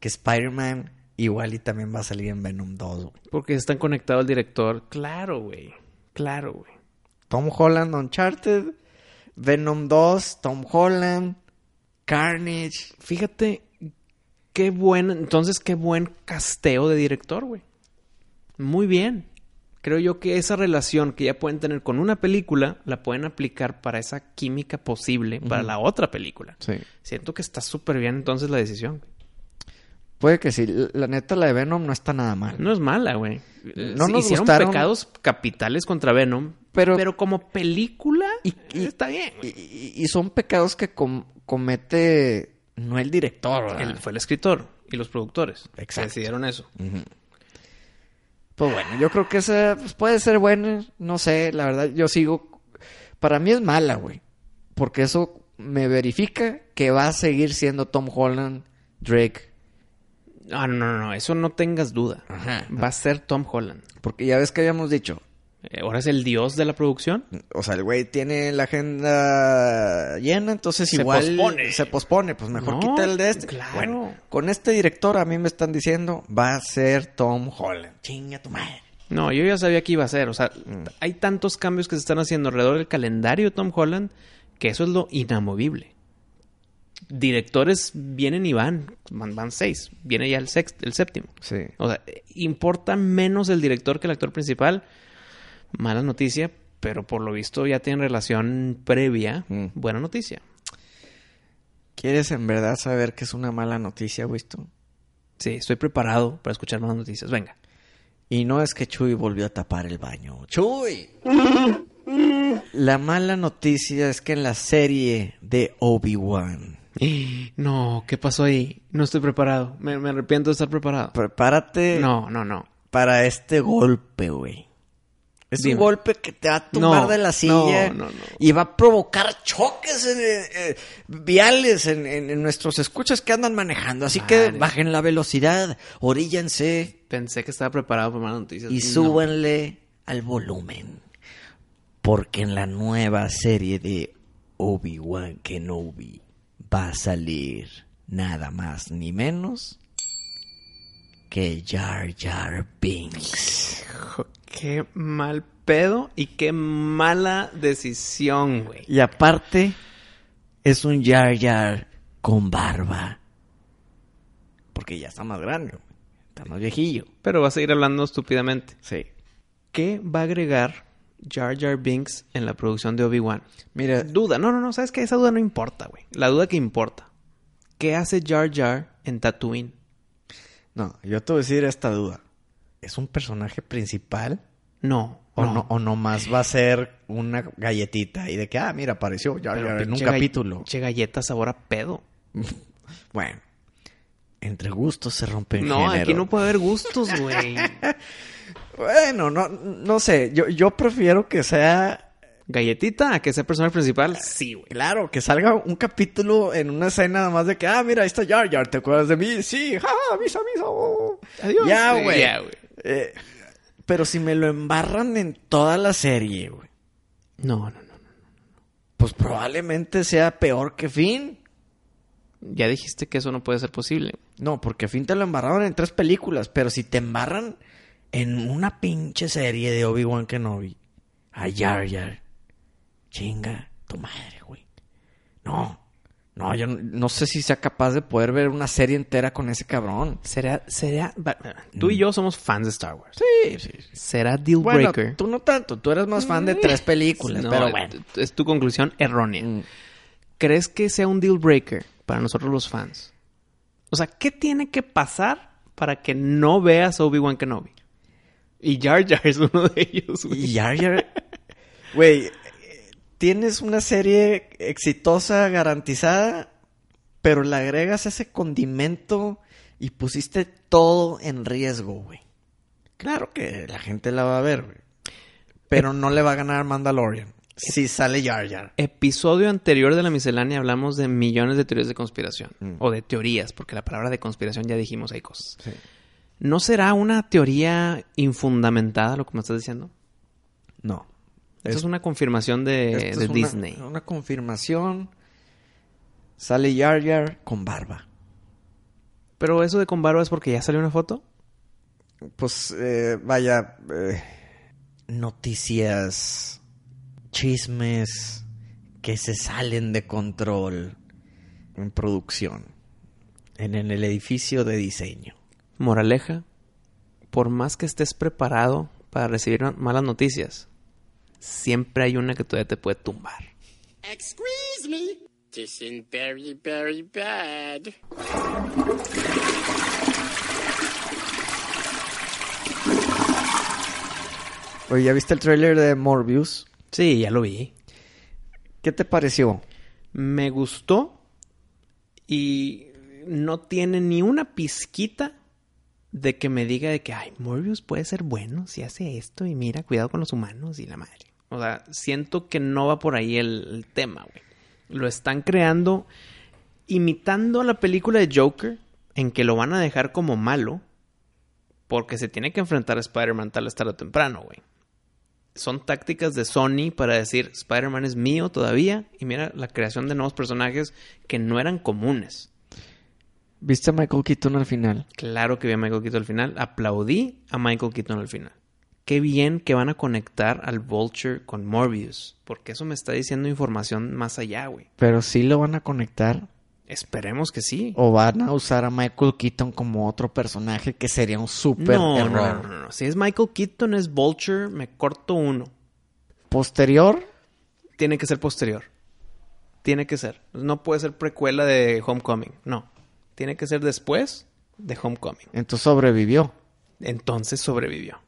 Que Spider-Man igual y también va a salir en Venom 2. güey.
Porque están conectados al director. Claro, güey. Claro, güey.
Tom Holland Uncharted, Venom 2, Tom Holland, Carnage.
Fíjate qué buen, entonces qué buen casteo de director, güey. Muy bien. Creo yo que esa relación que ya pueden tener con una película la pueden aplicar para esa química posible para
Ujú.
la otra película.
Sí.
Siento que está súper bien entonces la decisión. güey.
Puede que sí, la neta la de Venom no está nada mal.
No es mala, güey.
No
Eh, Sí,
nos
hicieron
gustaron.
pecados capitales contra Venom, pero,
Pero-
como película
Y- y-
está bien.
Y,
güey.
y- y son pecados que com- comete no el director. ¿verdad?
Él fue el escritor y los productores. que
Exacto.
Decidieron eso.
Pues bueno, yo creo que esa pues, puede ser buena, no sé, la verdad yo sigo... Para mí es mala, güey, porque eso me verifica que va a seguir siendo Tom Holland, Drake.
Ah, no, no, no, eso no tengas duda.
Ajá.
Va a ser Tom Holland.
Porque ya ves que habíamos dicho,
Eh, Ahora es el dios de la producción.
o sea, el güey tiene la agenda llena, entonces
Se
igual
pospone.
se pospone, pues mejor
No,
quita el de este.
claro.
Bueno, con este director a mí me están diciendo va a ser Tom Holland. Chinga tu madre.
No, yo ya sabía que iba a ser. O sea, t- hay tantos cambios que se están haciendo alrededor del calendario de Tom Holland que eso es lo inamovible. Directores vienen y van. Van, van seis. Viene ya el, sext- el séptimo.
Sí.
O sea, eh, importa menos el director que el actor principal. Mala noticia, pero por lo visto ya tienen relación previa.
Mm.
Buena noticia.
¿Quieres en verdad saber que es una mala noticia, Winston?
Sí, estoy preparado para escuchar malas noticias. Venga.
Y no es que Chuy volvió a tapar el baño. ¡Chuy! La mala noticia es que en la serie de Obi-Wan,
No, ¿qué pasó ahí? No estoy preparado. Me, me arrepiento de estar preparado.
prepárate
No, no, no.
para este golpe, güey. Es
Dime.
un golpe que te va a tumbar
No,
de la silla
no, no, no.
y va a provocar choques en, eh, eh, viales en, en- en nuestros escuchas que andan manejando. Así que
Madre.
bajen la velocidad, oríllense,
Pensé que estaba preparado para malas noticias.
Y
No.
súbanle al volumen. Porque en la nueva serie de Obi-Wan Kenobi va a salir nada más ni menos que Jar Jar Binks.
Hijo, Qué mal pedo y qué mala decisión, güey.
Y aparte, es un Jar Jar con barba. Porque ya está más grande, güey. está más viejillo.
Pero vas a seguir hablando estúpidamente.
Sí.
¿Qué va a agregar Jar Jar Binks en la producción de Obi-Wan?
Mira,
Duda, no, no, no, sabes que esa duda no importa, güey. La duda que importa. ¿Qué hace Jar Jar en Tatooine?
no, yo te voy a decir esta duda. ¿Es un personaje principal
No,
O,
no.
no. o nomás va a ser una galletita y de que, ah, mira, apareció ya,
Pero
ya, en un
pinche gall-
capítulo.
pinche galleta sabor a pedo.
Bueno, entre gustos se rompen
no,
género.
aquí no puede haber gustos, güey.
Bueno, no, no sé, yo, yo prefiero que sea,
Galletita, a que sea personaje principal, sí, güey.
claro, que salga un capítulo en una escena nada más de que, ah, mira, ahí está Jar Jar, ¿te acuerdas de mí? Sí, ja, ja, misa, misa, oh".
Adiós.
Ya,
Eh,
güey.
ya, güey.
Eh, pero si me lo embarran en toda la serie, güey,
No, no, no.
pues probablemente sea peor que Finn.
Ya dijiste que eso no puede ser posible.
No, porque a fin te lo embarraron en tres películas, pero si te embarran en una pinche serie de Obi-Wan Kenobi, a Yar Yar, chinga tu madre, güey. No, no, yo no, no sé si sea capaz de poder ver una serie entera con ese cabrón.
Será, será. va- Tú y yo somos fans de Star Wars.
Sí, sí. sí.
Será deal
Mm. Bueno,
breaker.
tú no tanto, tú eres más fan de tres películas,
No,
pero
eh,
bueno.
Es tu conclusión errónea.
Mm.
¿Crees que sea un deal breaker para nosotros los fans? O sea, ¿qué tiene que pasar para que no veas Obi-Wan Kenobi? Y Jar Jar es uno de ellos. güey.
Y Yar Yar. Güey, eh, tienes una serie exitosa, garantizada, pero le agregas ese condimento y pusiste todo en riesgo, güey. Claro que la gente la va a ver, güey. Pero no le va a ganar Mandalorian si sale Yar Yar.
Episodio anterior de la miscelánea hablamos de millones de teorías de conspiración.
Mm.
O de teorías, porque la palabra de conspiración ya dijimos hay cosas.
Sí.
¿No será una teoría infundamentada lo que me estás diciendo?
No.
Esa es una confirmación de,
esto
de
es una-
Disney.
Una confirmación. Sale Yar Yar con barba.
Pero eso de con barba es porque ya salió una foto.
pues eh, vaya, eh, noticias, chismes que se salen de control en producción, en, en el edificio de diseño.
Moraleja, por más que estés preparado para recibir ma- malas noticias, siempre hay una que todavía te puede tumbar.
Excuse me. This is very, very bad.
Oye, ¿ya viste el tráiler de Morbius?
Sí, ya lo vi.
¿Qué te pareció?
Me gustó y no tiene ni una pizquita de que me diga de que, ay, Morbius puede ser bueno si hace esto y mira, cuidado con los humanos y la madre. O sea, siento que no va por ahí el, el tema, güey. Lo están creando imitando a la película de Joker en que lo van a dejar como malo porque se tiene que enfrentar a Spider-Man tal hasta lo temprano, güey son tácticas de Sony para decir Spider-Man es mío todavía y mira la creación de nuevos personajes que no eran comunes.
¿Viste a Michael Keaton al final?
Claro que vi a Michael Keaton al final, aplaudí a Michael Keaton al final. Qué bien que van a conectar al Vulture con Morbius, porque eso me está diciendo información más allá, güey.
Pero sí lo van a conectar
Esperemos que sí.
o van a usar a Michael Keaton como otro personaje que sería un super
No, no,
error.
no, no, no. Si es Michael Keaton, es Vulture, me corto uno.
Posterior,
Tiene que ser posterior. Tiene que ser. No puede ser precuela de Homecoming. No. Tiene que ser después de Homecoming.
entonces sobrevivió.
Entonces sobrevivió.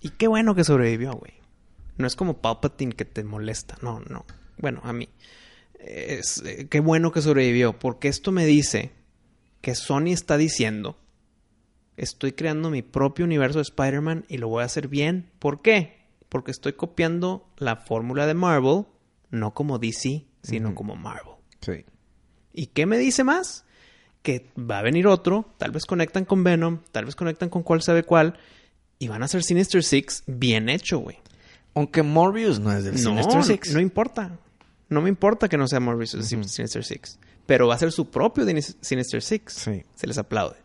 Y qué bueno que sobrevivió, güey. No es como Palpatine que te molesta. No, no. Bueno, a mí. Es, eh, qué bueno que sobrevivió. Porque esto me dice que Sony está diciendo. Estoy creando mi propio universo de Spider-Man y lo voy a hacer bien. ¿Por qué? Porque estoy copiando la fórmula de Marvel, no como DC, sino como Marvel.
Sí.
¿Y qué me dice más? Que va a venir otro, tal vez conectan con Venom, tal vez conectan con cuál sabe cuál, y van a hacer Sinister Six bien hecho, güey.
Aunque Morbius no es del
No,
Sinister Six.
no importa. No me importa que no sea Morbius o Sin- Sinister Six, pero va a ser su propio Dinis- Sinister Six.
Sí.
Se les aplaude.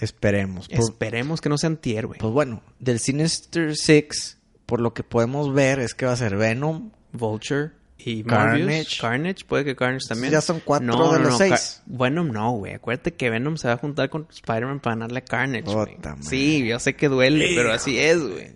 Esperemos. Por-
Esperemos que no sea antihéroe.
pues bueno, del Sinister Six, por lo que podemos ver, es que va a ser Venom.
Vulture y
Carnage.
Morbius. Carnage, puede que Carnage también.
Ya son cuatro de los
Car-
seis.
Venom no, güey. Acuérdate que Venom se va a juntar con Spider-Man para ganarle a Carnage, güey.
Puta madre.
Sí, yo sé que duele, pero así es, güey.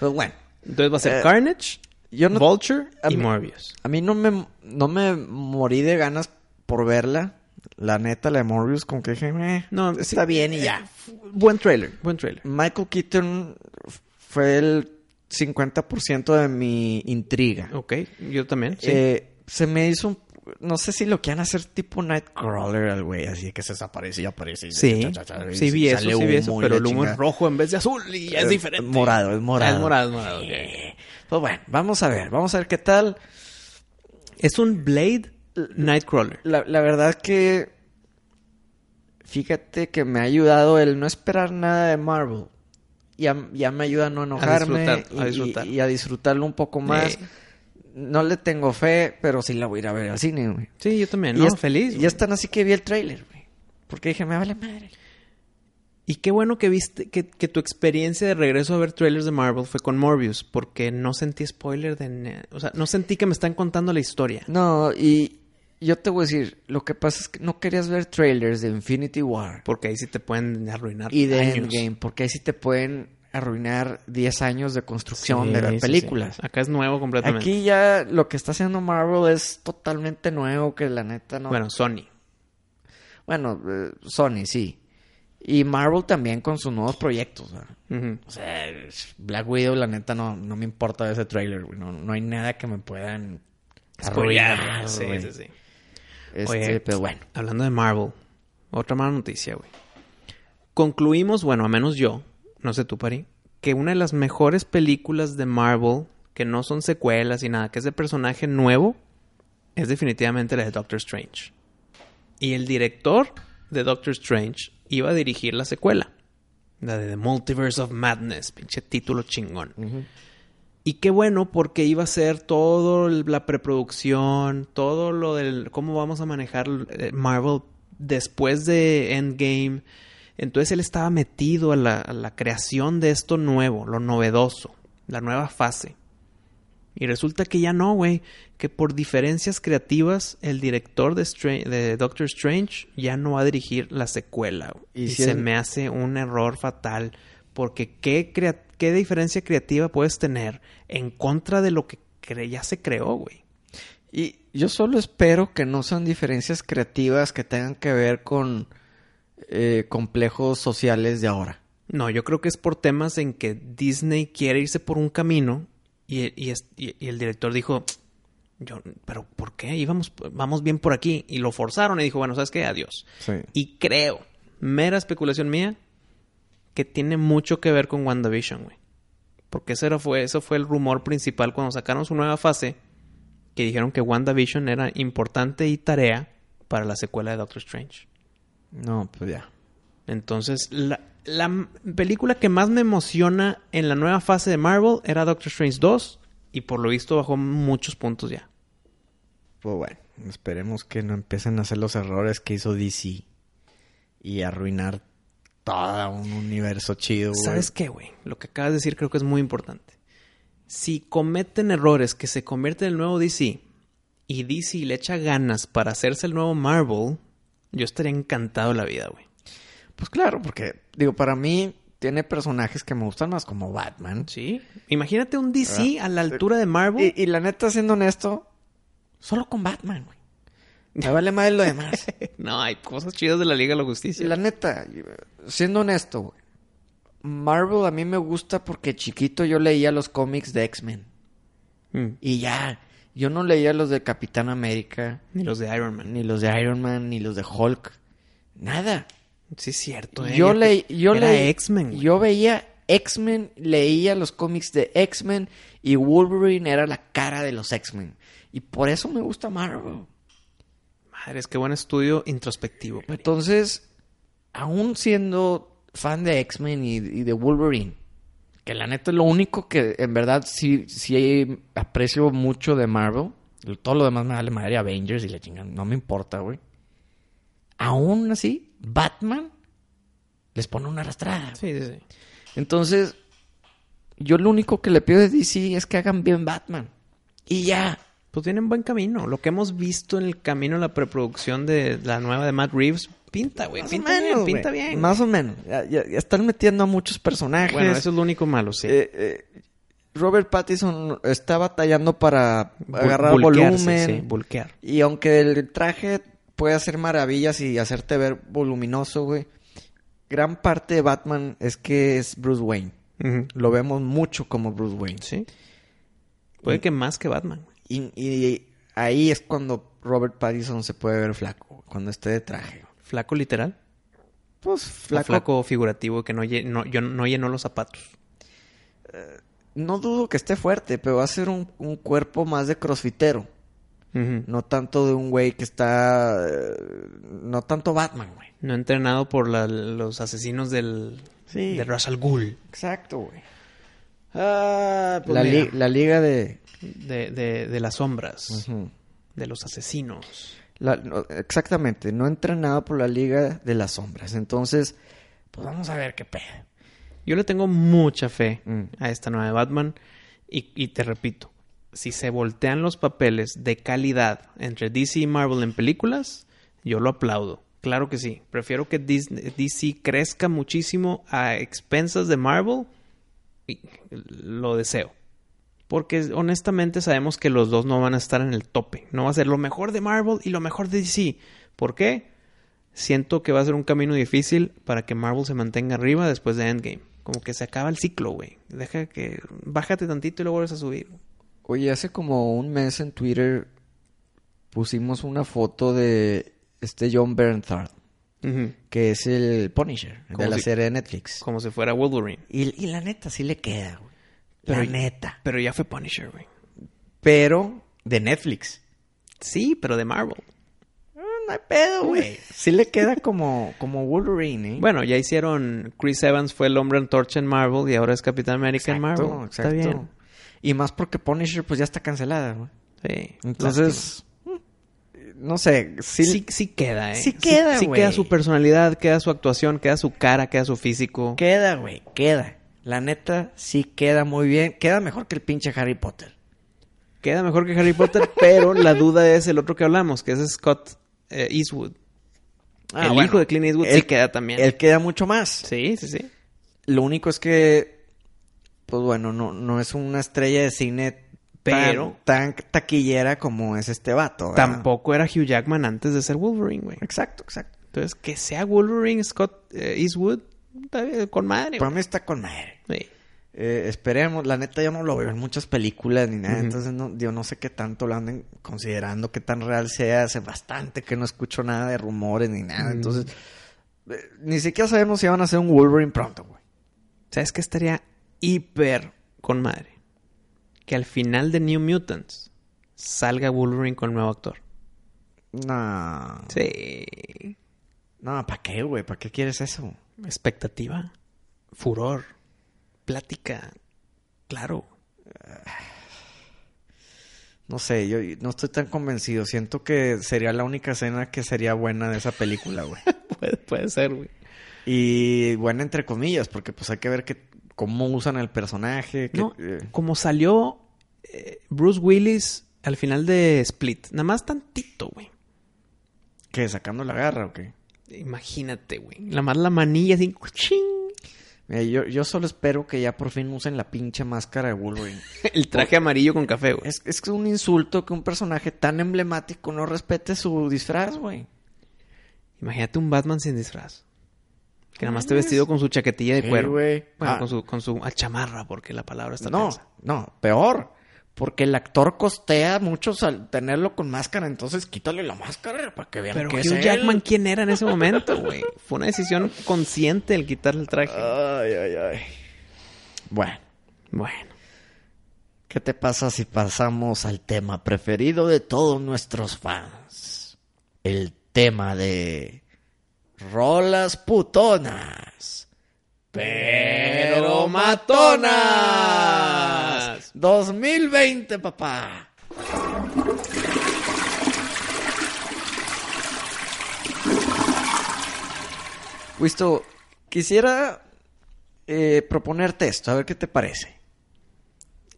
Pues bueno,
Entonces va a ser
Eh,
Carnage,
yo no-
Vulture
a
y
mí-
Morbius.
a mí no me, no me morí de ganas por verla. La neta, la de Morbius, como que dije, "Meh,
No,
está
sí. Eh,
bien y ya.
Buen trailer. Buen trailer.
Michael Keaton f- fue el 50% de mi intriga.
Ok, yo también. sí.
Eh, se me hizo un... No sé si lo quieran hacer tipo Nightcrawler al güey, así que se desaparece y aparece. y
sí,
cha, cha, cha, y
sí vi eso,
sale
sí vi eso,
humo y
pero
la
el humo
chingada.
es rojo en vez de azul y ya es
Eh,
diferente.
Morado, es
Ah,
morado.
es morado, es morado. ok.
Pues bueno, vamos a ver, vamos a ver qué tal.
Es un Blade Nightcrawler.
La, la verdad que. Fíjate que me ha ayudado el no esperar nada de Marvel. Ya, ya me ayuda a no enojarme
disfrutar, a
y- y-
disfrutar.
Y, a disfrutarlo un poco más.
Eh.
no le tengo fe, pero sí la voy a ir a ver al cine, güey.
Sí, yo también,
Y
¿no?
es-
Feliz.
Y
güey.
están así que vi el tráiler, güey. Porque dije, me vale madre.
Y qué bueno que viste que, que tu experiencia de regreso a ver trailers de Marvel fue con Morbius, porque no sentí spoiler de... ne- O sea, no sentí que me están contando la historia.
No, y yo te voy a decir, lo que pasa es que no querías ver trailers de Infinity War
Porque ahí sí te pueden arruinar
y de
años.
Endgame, porque ahí sí te pueden arruinar 10 años de construcción
Sí,
de las
sí, sí.
películas.
Acá es nuevo completamente.
Aquí ya lo que está haciendo Marvel es totalmente nuevo, que la neta no.
Bueno, Sony.
Bueno, eh, Sony sí. Y Marvel también con sus nuevos proyectos. ¿verdad?
Ujú.
O sea, Black Widow, la neta, no, no me importa ese trailer, güey. No, no hay nada que me puedan arruinar,
Spoilear, sí,
güey.
sí, sí.
Este,
Oye,
pero bueno.
Hablando de Marvel, otra mala noticia, güey. Concluimos, bueno, a menos yo, no sé tú, Pari, que una de las mejores películas de Marvel, que no son secuelas y nada, que es de personaje nuevo, es definitivamente la de Doctor Strange. Y el director de Doctor Strange iba a dirigir la secuela, la de The Multiverse of Madness, pinche título chingón. Y qué bueno porque iba a ser todo el- la preproducción, todo lo del cómo vamos a manejar eh, Marvel después de Endgame. Entonces él estaba metido a la, a la creación de esto nuevo, lo novedoso, la nueva fase. Y resulta que ya no, güey, que por diferencias creativas el director de, Stra- de Doctor Strange ya no va a dirigir la secuela. güey.
Y
Y,
si
se
es-
me hace un error fatal porque ¿qué, crea- qué diferencia creativa puedes tener en contra de lo que cre- ya se creó, güey.
Y yo solo espero que no sean diferencias creativas que tengan que ver con eh, complejos sociales de ahora.
No, yo creo que es por temas en que Disney quiere irse por un camino y, y es- y- y el director dijo, yo, pero ¿por qué? Íbamos, vamos bien por aquí. Y lo forzaron y dijo, bueno, ¿sabes qué? Adiós.
Sí.
Y creo, mera especulación mía, que tiene mucho que ver con WandaVision, güey. Porque ese era- fue, eso fue el rumor principal cuando sacaron su nueva fase, que dijeron que WandaVision era importante y tarea para la secuela de Doctor Strange.
No, pues ya.
Entonces, la, la m- película que más me emociona en la nueva fase de Marvel era Doctor Strange 2 y por lo visto bajó muchos puntos ya.
Pues bueno, esperemos que no empiecen a hacer los errores que hizo DC y arruinar todo un universo chido. güey.
¿Sabes qué, güey? Lo que acabas de decir creo que es muy importante. Si cometen errores que se convierten en el nuevo DC y DC le echa ganas para hacerse el nuevo Marvel, yo estaría encantado de la vida, güey.
Pues claro, porque digo, para mí tiene personajes que me gustan más como Batman.
Sí. Imagínate un DC a la altura de Marvel.
Y, y la neta, siendo honesto, solo con Batman, güey. Me vale más lo demás.
No, hay cosas chidas de la Liga de la Justicia.
la neta, siendo honesto, güey. Marvel a mí me gusta porque chiquito yo leía los cómics de X-Men.
Mm.
Y ya, yo no leía los de Capitán América.
Ni los de Iron Man.
ni los de Iron Man, ni los de Hulk, nada.
Sí, es cierto. eh.
Yo
Ya
leí,
te-
yo
Era
leí-
X-Men. güey.
Yo veía X-Men, leía los cómics de X-Men y Wolverine era la cara de los X-Men. Y por eso me gusta Marvel.
Madre, es que buen estudio introspectivo. pari.
Entonces, aún siendo fan de X-Men y, y de Wolverine, que la neta es lo único que en verdad sí, sí aprecio mucho de Marvel. Todo lo demás me vale madre Avengers y la chingada. No me importa, güey. Aún así, Batman les pone una arrastrada.
Sí, sí, sí.
Entonces, yo lo único que le pido de DC es que hagan bien Batman. Y ya.
Pues tienen buen camino. Lo que hemos visto en el camino a la preproducción de la nueva de Matt Reeves pinta, güey.
Más o
Pinta
menos,
bien, pinta
güey.
bien.
Más o menos. Ya, ya- ya están metiendo a muchos personajes.
Bueno, eso es lo único malo, sí.
Eh, eh, Robert Pattinson está batallando para
Bul-
agarrar
bulkearse,
volumen.
Sí, bulkear.
Y aunque el traje puede hacer maravillas y hacerte ver voluminoso, güey. Gran parte de Batman es que es Bruce Wayne.
Ujú.
Lo vemos mucho como Bruce Wayne.
Sí. Puede que más que Batman. güey.
Y, y ahí es cuando Robert Pattinson se puede ver flaco, cuando esté de traje.
Flaco literal.
Pues
Flaco, flaco figurativo que no, lle- no, yo no llenó los zapatos.
No dudo que esté fuerte, pero va a ser un, un cuerpo más de crossfitero.
Ujú. no.
No tanto de un güey que está... eh, No tanto Batman, güey.
entrenado por la- los asesinos del...
Sí.
De Russell Ghoul.
Exacto, güey.
Ah,
la, li- la liga de...
de, de- de las sombras,
Ujú.
de los asesinos.
La- no, exactamente, no entrenado por la Liga de las Sombras. Entonces, pues vamos a ver qué pedo.
Yo le tengo mucha fe
Mm.
a esta nueva de Batman. Y, y te repito, si se voltean los papeles de calidad entre DC y Marvel en películas, yo lo aplaudo. Claro que sí. Prefiero que Disney- DC crezca muchísimo a expensas de Marvel. Y lo deseo. Porque honestamente sabemos que los dos no van a estar en el tope. No va a ser lo mejor de Marvel y lo mejor de DC. ¿Por qué? siento que va a ser un camino difícil para que Marvel se mantenga arriba después de Endgame. Como que se acaba el ciclo, güey. Deja que... Bájate tantito y lo vuelves a subir.
Oye, hace como un mes en Twitter pusimos una foto de este John Bernthal,
Ujú.
que es el Punisher de
Como
la
si-
serie de Netflix.
Como si fuera Wolverine.
Y, y la neta, sí le queda, güey.
Pero-
la neta.
Pero ya fue Punisher, güey.
Pero de Netflix.
Sí, pero de Marvel.
Ah, No hay pedo, güey. Sí le queda como, como Wolverine, ¿eh?
Bueno, ya hicieron... Chris Evans fue el hombre antorcha en Marvel y ahora es Capitán América en
Exacto,
Marvel.
exacto.
Está bien.
Y más porque Punisher pues ya está cancelada, güey.
Sí.
Entonces, no sé, sí,
Sí, sí, queda, ¿eh?
Sí queda,
Sí,
güey.
queda su personalidad, queda su actuación, queda su cara, queda su físico.
queda, güey, queda. La neta sí queda muy bien, queda mejor que el pinche Harry Potter.
Queda mejor que Harry Potter, pero la duda es el otro que hablamos, que es Scott eh, Eastwood. el hijo de Clint Eastwood sí
él-
queda también.
Ah, Él queda mucho más.
Sí, sí, sí.
Lo único es que pues bueno, no no es una estrella de cine
Pero-
tan, tan taquillera como es este vato. ¿verdad?
Tampoco era Hugh Jackman antes de ser Wolverine, güey.
Exacto, exacto.
Entonces, que sea Wolverine Scott eh, Eastwood, está bien, con madre.
Para mí está con madre.
güey. Sí.
Eh, esperemos, la neta yo no lo veo en muchas películas ni nada,
Ujú.
entonces no, yo no sé qué tanto lo anden considerando, qué tan real sea, hace bastante que no escucho nada de rumores ni nada,
Mm.
entonces eh, ni siquiera sabemos si van a hacer un Wolverine pronto, güey.
¿Sabes qué estaría hiper con madre? Que al final de New Mutants salga Wolverine con nuevo actor.
No,
Sí.
no, ¿para qué, güey? ¿Para qué quieres eso?
Expectativa, furor, plática, claro.
No sé, yo no estoy tan convencido, siento que sería la única escena que sería buena de esa película, güey.
Puede, puede ser, güey.
y buena entre comillas, porque pues hay que ver que, cómo usan el personaje, que,
No,
eh,
como salió eh, Bruce Willis al final de Split. Nada más tantito, güey.
que sacando la garra, ¿o qué?
Imagínate, güey. Nada más la manilla así. ¡cuchín!
Mira, Eh, yo, yo solo espero que ya por fin usen la pinche máscara de Wolverine.
El traje amarillo con café, güey.
es, es un insulto que un personaje tan emblemático no respete su disfraz, güey.
Imagínate un Batman sin disfraz. Que nada más esté
Mames.
vestido con su chaquetilla de
Sí,
cuero.
güey.
Bueno,
Ah.
con su, con su ah, chamarra, porque la palabra está
No,
tensa.
no, peor. Porque el actor costea mucho al tenerlo con máscara, entonces quítale la máscara para que vean
Pero
que
Hugh
es él.
Jackman, ¿quién era en ese momento, güey? Fue una decisión consciente el quitarle el traje.
Ay, ay, ay. Bueno,
Bueno.
¿qué te pasa si pasamos al tema preferido de todos nuestros fans? El tema de rolas putonas. Pero matonas. 2020, papá. Wisto, quisiera eh, proponerte esto, a ver qué te parece.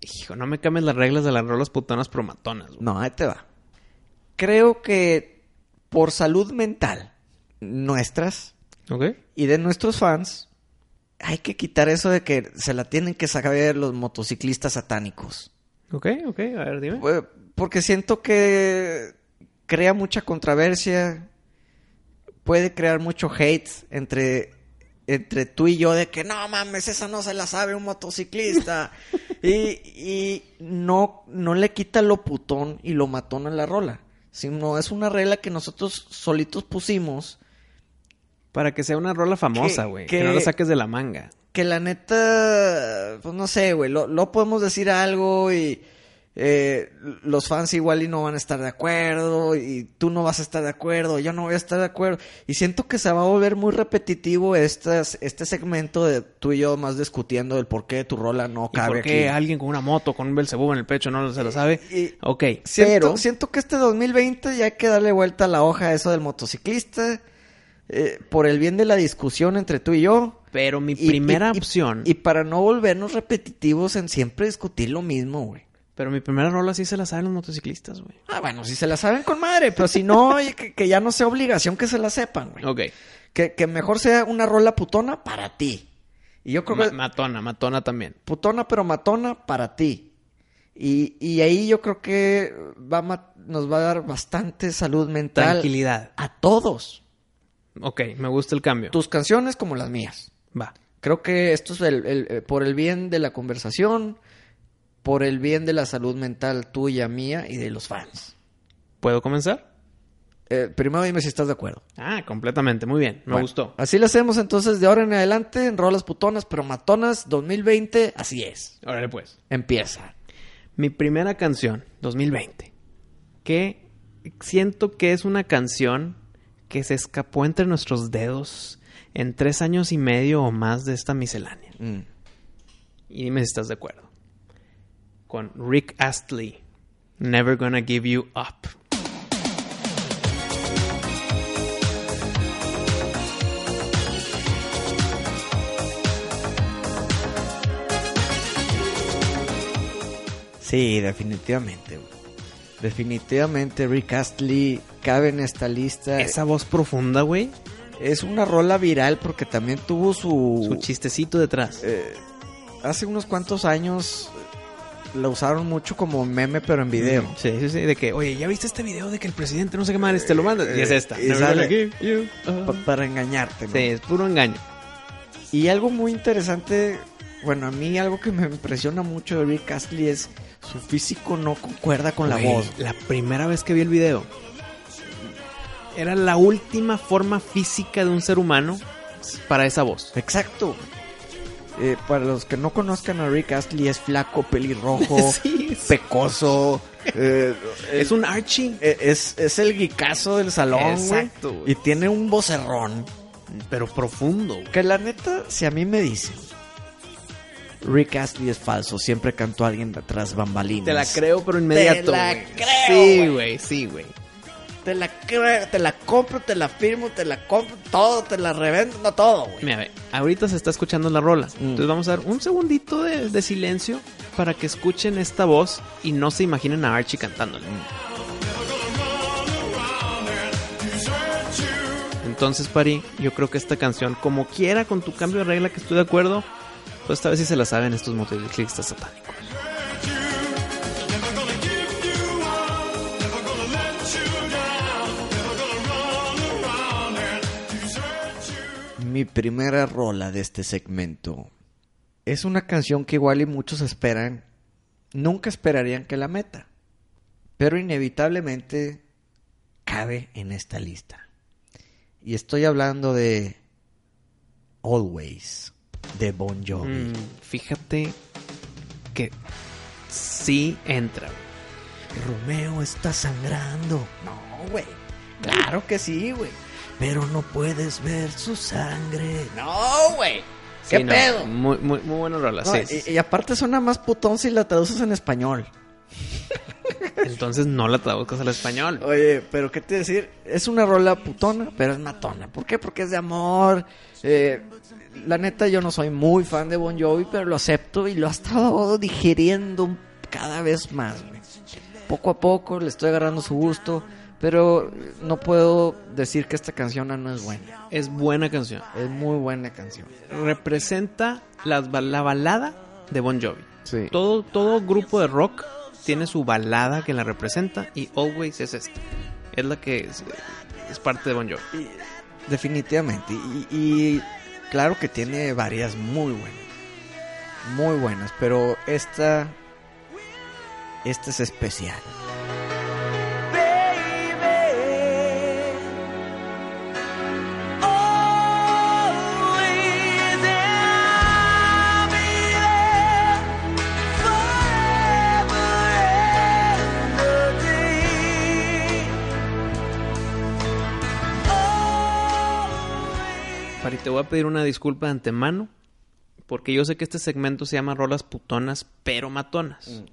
Hijo, no me cambies las reglas de las rolas putonas promatonas, güey.
No, ahí te va. Creo que por salud mental nuestras
¿Ok?
y de nuestros fans, hay que quitar eso de que se la tienen que sacar los motociclistas satánicos.
Ok, ok, a ver, dime.
Eh, Porque siento que crea mucha controversia, puede crear mucho hate entre, entre tú y yo de que no mames, esa no se la sabe un motociclista. y y no, no le quita lo putón y lo matón a la rola, sino es una regla que nosotros solitos pusimos
Para que sea una rola famosa,
Que-
güey. Que... no
que-
la saques de la manga.
que la neta, pues no sé, güey, lo, lo podemos decir algo y eh, los fans igual y no van a estar de acuerdo, y tú no vas a estar de acuerdo, yo no voy a estar de acuerdo. Y siento que se va a volver muy repetitivo estas, este segmento de tú y yo más discutiendo el por qué tu rola no
¿Y
cabe
por qué
aquí.
alguien con una moto, con un Belzebú en el pecho, no se lo sabe?
Y-
ok,
Siento,
pero...
siento que este 2020 ya hay que darle vuelta a la hoja a eso del motociclista. eh, por el bien de la discusión entre tú y yo.
Pero mi
Y-
primera
y- y-
opción...
Y para no volvernos repetitivos en siempre discutir lo mismo, güey.
Pero mi primera rola sí se la saben los motociclistas, güey.
Ah, bueno, si se la saben con madre, pero si no, oye, que, que ya no sea obligación que se la sepan, güey.
Ok.
Que, que mejor sea una rola putona para ti. Y yo creo
Ma-
que
matona, matona también.
putona pero matona para ti. Y, y ahí yo creo que va a ma- nos va a dar bastante salud mental
Tranquilidad.
a todos.
Ok, me gusta el cambio.
Tus canciones como las mías.
Va.
Creo que esto es el- el- eh, por el bien de la conversación, por el bien de la salud mental tuya, mía y de los fans.
¿Puedo comenzar?
Eh, primero dime si estás de acuerdo.
Ah, completamente. Muy bien. Me
Bueno,
gustó.
Así lo hacemos entonces de ahora en adelante en Rolas Putonas, pero Matonas 2020, así es.
Órale, pues.
Empieza.
Mi primera canción, 2020. Que siento que es una canción que se escapó entre nuestros dedos en tres años y medio o más de esta miscelánea.
Mm.
Y dime si estás de acuerdo. Con Rick Astley. Never gonna give you up.
Sí, definitivamente. güey. Definitivamente Rick Astley cabe en esta lista.
Esa voz profunda, güey.
Es una rola viral porque también tuvo su...
Su chistecito detrás.
eh, hace unos cuantos años eh, la usaron mucho como meme pero en video.
Sí, sí, sí. De que, oye, ¿ya viste este video de que el presidente no sé qué madres te lo manda? Y es esta.
Eh, Y
Never
sale-
gonna give you
pa-
up.
para engañarte. ¿no?
Sí, es puro engaño.
Y algo muy interesante, bueno, a mí algo que me impresiona mucho de Rick Astley es su físico no concuerda con la
Güey,
voz.
La primera vez que vi el video, era la última forma física de un ser humano para esa voz.
Exacto. Eh, para los que no conozcan a Rick Astley, es flaco, pelirrojo,
Sí, es,
pecoso. eh,
es un Archie.
eh, es, es el guicazo del salón. güey.
Exacto, güey.
Y tiene un vocerrón.
Pero profundo. güey.
Que la neta, si a mí me dicen, Rick Astley es falso, siempre cantó a alguien de atrás bambalinas.
Te la creo, pero inmediato.
Te la
güey.
creo,
Sí,
güey.
güey, sí, güey.
Te la, cre- te la compro, te la firmo, te la compro, todo, te la revendo, no, todo, güey.
Mira, ve, ahorita se está escuchando la rola.
Mm.
Entonces vamos a dar un segundito de, de silencio para que escuchen esta voz y no se imaginen a Archie cantándole. Entonces, Pari, yo creo que esta canción, como quiera, con tu cambio de regla que estoy de acuerdo, pues esta vez sí se la saben estos motociclistas satánicos.
Mi primera rola de este segmento es una canción que igual y muchos esperan, nunca esperarían que la meta, pero inevitablemente cabe en esta lista. Y estoy hablando de Always, de Bon Jovi.
Mm, fíjate que sí entra.
Romeo está sangrando. No, güey. Claro que sí, güey. Pero no puedes ver su sangre. No, güey. ¿Qué
Sí, no,
pedo?
muy, muy, muy buena rola,
No,
sí, sí,
y-
sí.
y, aparte suena más putón si la traduces en español.
Entonces no la traduzcas al español.
Oye, pero qué te decir, es una rola putona, pero es matona. ¿Por qué? Porque es de amor. Eh, la neta, yo no soy muy fan de Bon Jovi, pero lo acepto y lo ha estado digiriendo cada vez más. güey. Poco a poco le estoy agarrando su gusto, pero no puedo decir que esta canción no es buena.
Es buena canción.
Es muy buena canción.
representa las ba- la balada de Bon Jovi.
Sí.
Todo, todo grupo de rock tiene su balada que la representa y Always es esta. Es la que es, es parte de Bon Jovi.
Definitivamente. Y, y claro que tiene varias muy buenas. Muy buenas, pero esta. Esta es especial.
Forever
te voy a pedir una disculpa de antemano, porque yo sé que este segmento se llama Rolas Putonas, pero Matonas.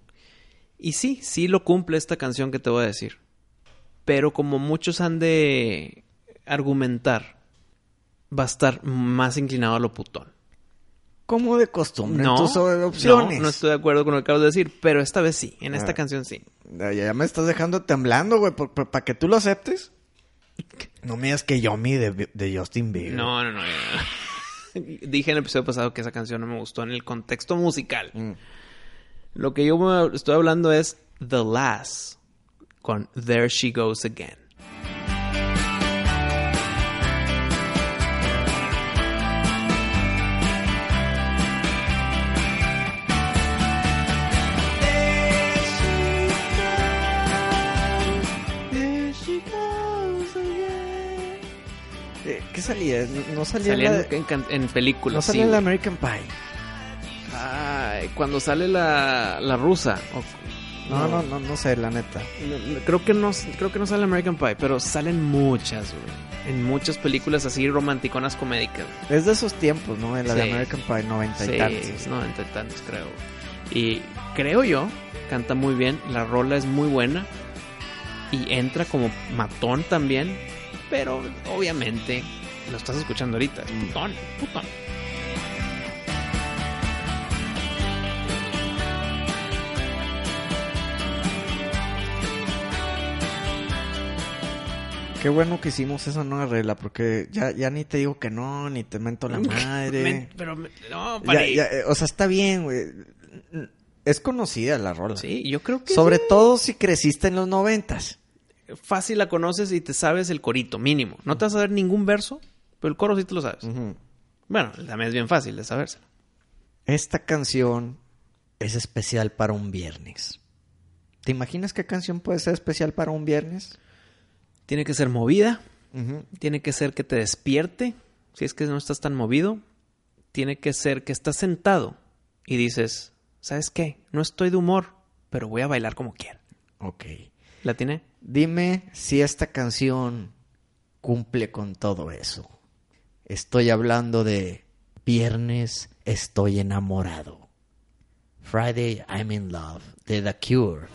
Y sí, sí lo cumple esta canción que te voy a decir. Pero como muchos han de argumentar, va a estar más inclinado a lo putón.
Como de costumbre,
No,
en tus opciones.
no, no estoy de acuerdo con lo que acabas de decir, pero esta vez sí, en esta
Ah.
canción sí.
Ya, ya me estás dejando temblando, güey, para que tú lo aceptes. No me digas que Yomi de, de Justin Bieber.
No, no, no. ya, ya. Dije en el episodio pasado que esa canción no me gustó en el contexto musical.
Mm.
Lo que yo me- estoy hablando es The Last con There She Goes Again.
Eh, ¿Qué salía? No- No salía,
Salía
la,
en, en can- en películas.
no salía
sí,
la
güey.
American Pie.
Ay, cuando sale la, la rusa. o-
No, no, no, no sé, la neta.
no, no, creo, que no, creo que no sale American Pie, pero salen muchas, güey. En muchas películas así romanticonas comédicas.
Es de esos tiempos, ¿no? De La
Sí.
de American Pie, noventa y
Sí,
tantos.
es 90 y tantos, creo. Y creo yo, canta muy bien, la rola es muy buena y entra como matón también, pero obviamente lo estás escuchando ahorita, es
Mm.
putón, putón.
Qué bueno que hicimos esa nueva regla, porque ya, ya ni te digo que no, ni te mento la
Men-
madre.
pero men- no,
Ya-
pari.
ya, eh, o sea, está bien, güey. Es conocida la rola.
Sí, yo creo que
Sobre todo si creciste en los noventas.
fácil la conoces y te sabes el corito mínimo. No te vas a saber ningún verso, pero el coro sí te lo
Mm.
sabes. Bueno, también es bien fácil de saberse.
Esta canción es especial para un viernes. ¿Te imaginas qué canción puede ser especial para un viernes?
Tiene que ser movida, Tiene que ser que te despierte, si es que no estás tan movido. Tiene que ser que estás sentado y dices, ¿sabes qué? No estoy de humor, pero voy a bailar como quiera.
Ok.
¿La tiene?
Dime si esta canción cumple con todo eso. Estoy hablando de Viernes estoy enamorado. Friday I'm in love de The Cure.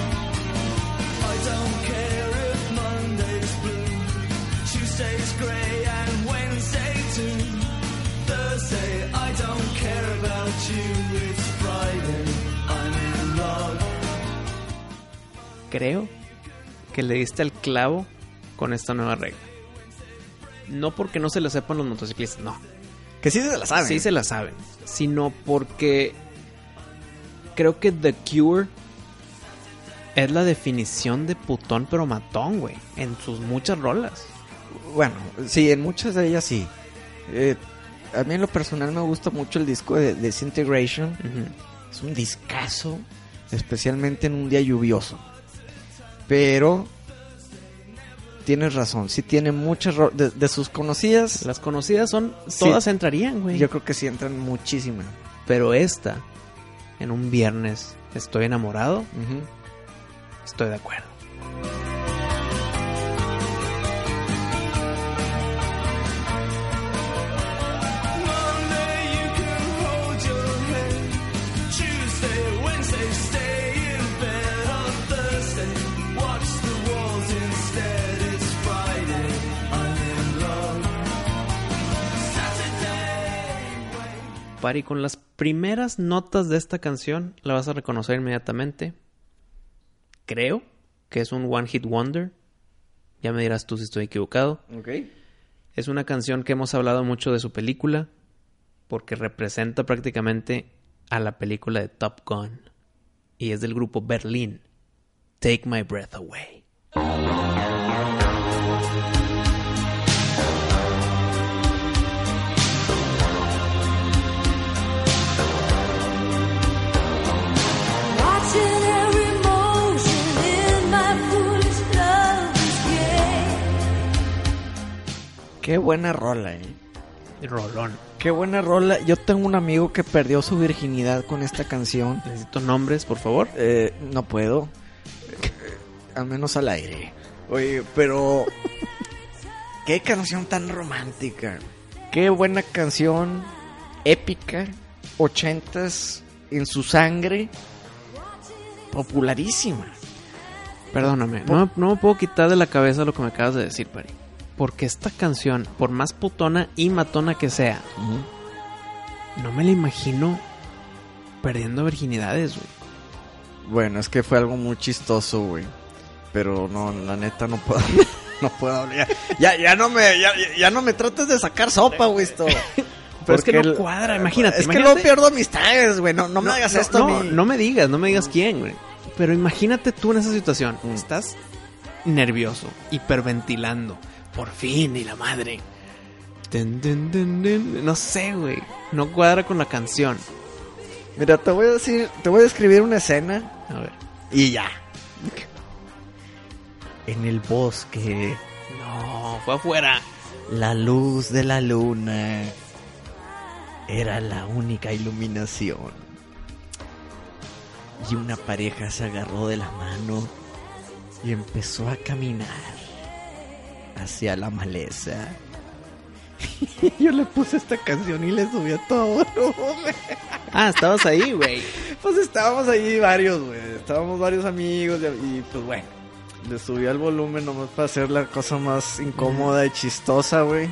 I don't care if Monday's blue, Tuesday's grey and Wednesday too. Thursday, I don't care about you. It's Friday, I'm in love.
Creo que le diste al clavo con esta nueva regla. No porque no se la sepan los motociclistas, no.
Que sí se la saben.
Sí se la saben, sino porque creo que The Cure es la definición de putón pero matón, güey, en sus muchas rolas.
Bueno, sí, en muchas de ellas sí. Eh, a mí en lo personal me gusta mucho el disco de Disintegration. Es un discazo, especialmente en un día lluvioso. Pero tienes razón, sí tiene muchas ro- de, de sus conocidas.
Las conocidas son
Sí.
todas entrarían, güey.
Yo creo que sí entran muchísimas.
Pero esta en un viernes estoy enamorado, estoy de acuerdo.
Monday, you can hold your head. Tuesday, Wednesday, stay in bed. On Thursday, watch the walls instead. It's Friday, I'm in love. Saturday.
Pari, con las primeras notas de esta canción la vas a reconocer inmediatamente. Creo que es un One Hit Wonder. Ya me dirás tú si estoy equivocado. Es una canción que hemos hablado mucho de su película porque representa prácticamente a la película de Top Gun y es del grupo Berlín. Take My Breath Away.
Watching every motion in my foolish love's game.
Qué buena rola, eh.
Rolón.
Qué buena rola. Yo tengo un amigo que perdió su virginidad con esta canción.
Necesito nombres, por favor.
Eh, no puedo. Eh, Al menos al aire. Oye, pero. Qué canción tan romántica. Qué buena canción. Épica. Ochentas en su sangre. Popularísima.
Perdóname, no, no me puedo quitar de la cabeza lo que me acabas de decir, Pari. Porque esta canción, por más putona y matona que sea, no me la imagino perdiendo virginidades, güey.
Bueno, es que fue algo muy chistoso, güey. Pero no, la neta no puedo. No puedo hablar. Ya, ya no me, ya, ya no me trates de sacar sopa, güey, esto.
Pero es que
Porque
no
el-
cuadra, imagínate.
Es que
imagínate-
no pierdo amistades, güey. No, no me hagas esto
no,
a mí.
no me digas, no me digas quién, güey. Mm. Pero imagínate tú en esa situación. Estás nervioso, hiperventilando. Por fin, y la madre. Dun, dun, dun, dun. No sé, güey. No cuadra con la canción.
Mira, te voy a decir, te voy a describir una escena
A ver.
y ya. En el bosque,
No, fue afuera.
la luz de la luna era la única iluminación. Y una pareja se agarró de la mano y empezó a caminar hacia la maleza. Yo le puse esta canción y le subí a todo volumen.
Ah, estabas ahí, güey.
Pues estábamos ahí varios, güey. Estábamos varios amigos y, y, pues bueno. Le subí al volumen nomás para hacer la cosa más incómoda y chistosa, güey.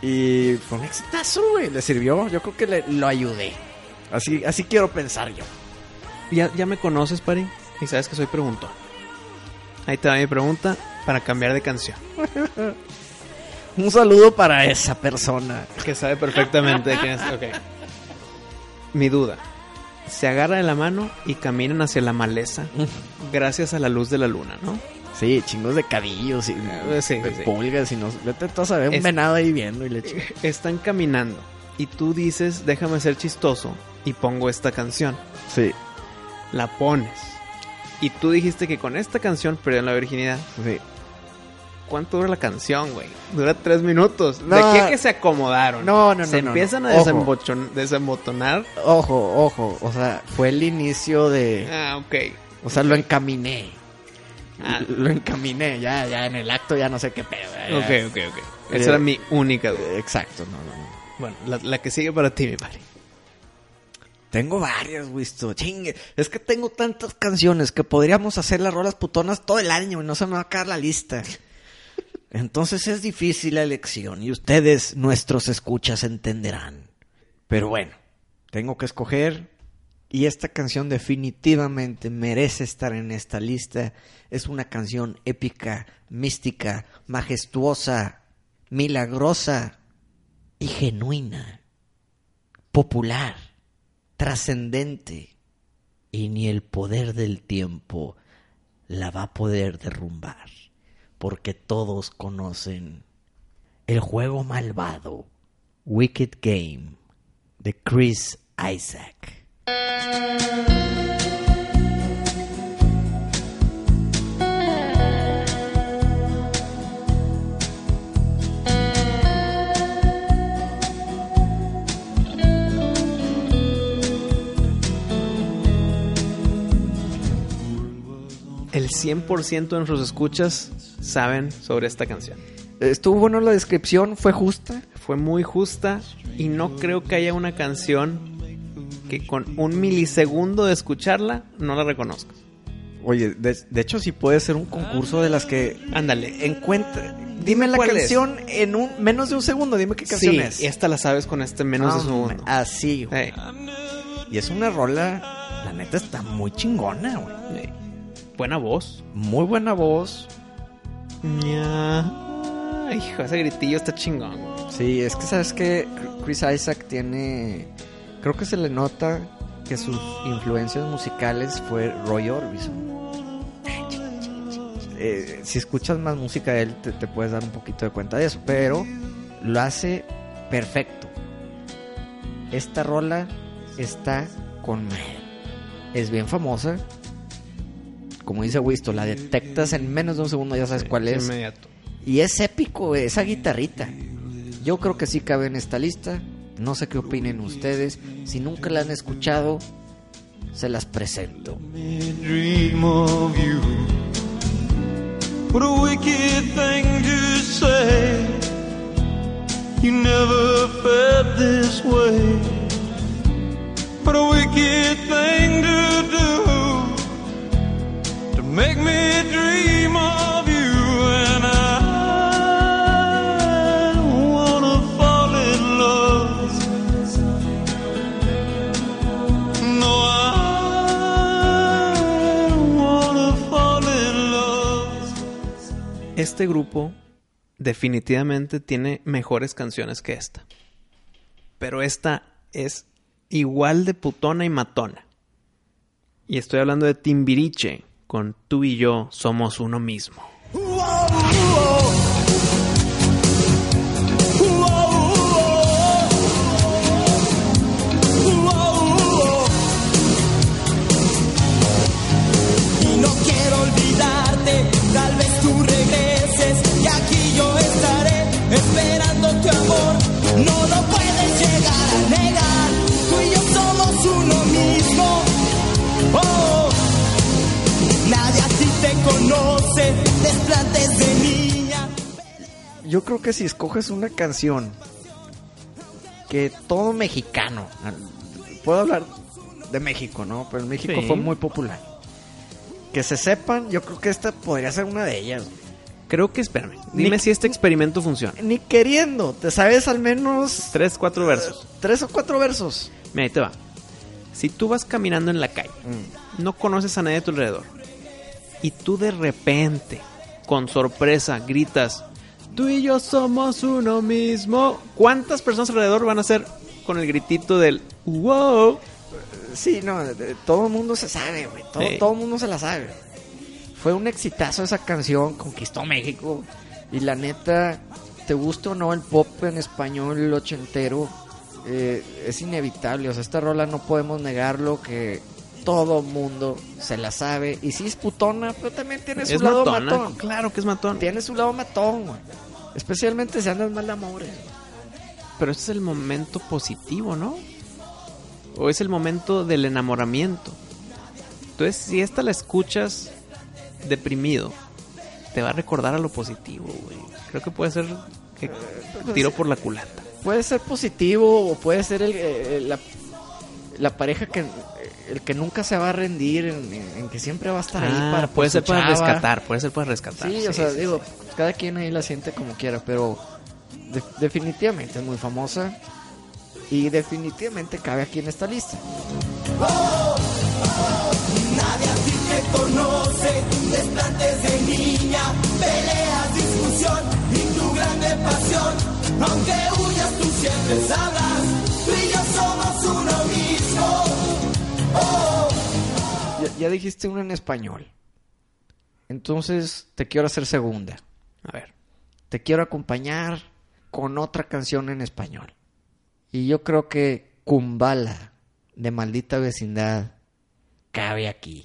Y fue un exitazo, güey. Le sirvió. Yo creo que le- lo ayudé. Así, así quiero pensar yo.
¿Ya, ya me conoces, Pari. Y sabes que soy preguntón. Ahí te va mi pregunta para cambiar de canción.
Un saludo para esa persona.
Que sabe perfectamente de quién es. Ok. Mi duda. Se agarra de la mano y caminan hacia la maleza gracias a la luz de la luna, ¿no?
Sí, chingos de cadillos y
Eh, sí,
de
sí, sí.
pulgas y no sé. Vete tú a saber, un
Es-
venado ahí viendo y le chingo.
Están caminando y tú dices, déjame ser chistoso y pongo esta canción.
Sí,
La pones. Y tú dijiste que con esta canción perdieron la virginidad.
sí.
¿Cuánto dura la canción, güey? Dura tres minutos. ¿De
No.
qué que se acomodaron?
No, no, no,
Se
no, no.
empiezan a
Ojo.
desembochon- desembotonar.
Ojo, ojo. O sea, fue el inicio de.
Ah, ok.
O sea, lo encaminé.
Ah.
Lo encaminé, ya, ya en el acto ya no sé qué pedo. ya.
Ok, ok, ok.
Eh,
Esa era mi única duda.
Eh, Exacto, no, no, no.
Bueno, la, la que sigue para ti, mi padre.
Tengo varias, Wisto. Chingue. Es que tengo tantas canciones que podríamos hacer las rolas putonas todo el año y no se me va a acabar la lista. Entonces es difícil la elección y ustedes, nuestros escuchas, entenderán. Pero bueno, tengo que escoger y esta canción definitivamente merece estar en esta lista. Es una canción épica, mística, majestuosa, milagrosa y genuina, popular, trascendente y ni el poder del tiempo la va a poder derrumbar, porque todos conocen el juego malvado, Wicked Game, de Chris Isaac.
El 100% de nuestros escuchas saben sobre esta canción.
Estuvo bueno la descripción, fue justa.
Fue muy justa y no creo que haya una canción que con un milisegundo de escucharla no la reconozca.
Oye, de, de hecho sí puede ser un concurso de las que
Ándale.
encuentra. Dime la
¿Cuál es?
canción en un menos de un segundo, dime qué canción
Sí,
es.
esta la sabes con este menos
Ah,
de segundo.
Así, güey.
Ey,
Y es una rola, la neta está muy chingona, güey.
ey. Buena voz.
Muy buena voz.
Ña. Hijo, ese gritillo está chingón. güey.
Sí, es que sabes que Chris Isaac tiene. Creo que se le nota que sus influencias musicales fue Roy Orbison. Eh, si escuchas más música de él, te, te puedes dar un poquito de cuenta de eso, pero lo hace perfecto. Esta rola está con madre. Es bien famosa. Como dice Wisto, la detectas en menos de un segundo, ya sabes cuál es.
Inmediato.
Y es épico, güey, esa guitarrita. Yo creo que sí cabe en esta lista. No sé qué opinen ustedes. Si nunca la han escuchado, se las presento.
me dream of you. What a wicked thing to say. You never felt this way. What a wicked thing to do. To make me dream of you. And I wanna fall in love. No, I wanna fall in love.
Este grupo definitivamente tiene mejores canciones que esta. Pero esta es igual de putona y matona. Y estoy hablando de Timbiriche con Tú y yo somos uno mismo.
Y no quiero olvidarte, tal vez tú regreses y aquí yo estaré esperando tu amor. No lo puedes llegar a negar, tú y yo somos uno mismo. Oh, nadie así te conoce, desplantes de niña.
Yo creo que si escoges una canción que todo mexicano, puedo hablar de México, ¿no? Pero en México
Sí.
fue muy popular. Que se sepan, yo creo que esta podría ser una de ellas.
Creo que, espérame, dime
Ni-
si este experimento funciona.
Ni queriendo, te sabes al menos
Tres, cuatro versos.
tres o cuatro versos.
Mira, ahí te va. Si tú vas caminando en la calle,
Mm.
no conoces a nadie a tu alrededor, y tú de repente, con sorpresa, gritas, tú y yo somos uno mismo, ¿cuántas personas alrededor van a ser con el gritito del wow?
Sí, no, de- de- todo el mundo se sabe, güey. Todo,
Sí.
todo el mundo se la sabe. Fue un exitazo esa canción, conquistó México. Y la neta, te gusta o no el pop en español, el ochentero, eh, es inevitable. O sea, esta rola no podemos negarlo que todo mundo se la sabe. Y sí es putona, pero también tiene su
Es
lado
matona,
matón.
claro que es matón.
Tiene su lado matón, güey. Especialmente si andas mal de amores.
Pero ese es el momento positivo, ¿no? O es el momento del enamoramiento. Entonces, si esta la escuchas deprimido, te va a recordar a lo positivo, güey. Creo que puede ser que
Pues
tiro por la culata.
puede ser positivo o puede ser el, eh, la, la pareja que eh, el que nunca se va a rendir, en, en- en que siempre va a estar ahí
Ah,
para
puede
por
ser
su
para
chava.
rescatar, puede ser para rescatar.
Sí, o sea, digo, cada quien ahí la siente como quiera, pero de- definitivamente es muy famosa y definitivamente cabe aquí en esta lista.
Nadie así te conoce, desplantes de niña, peleas, discusión y tu grande pasión. Aunque huyas, tú siempre sabrás, tú y yo somos uno mismo.
Ya, ya dijiste una en español. Entonces, te quiero hacer segunda.
A ver,
te quiero acompañar con otra canción en español. Y yo creo que Kumbala, de maldita vecindad, cabe aquí.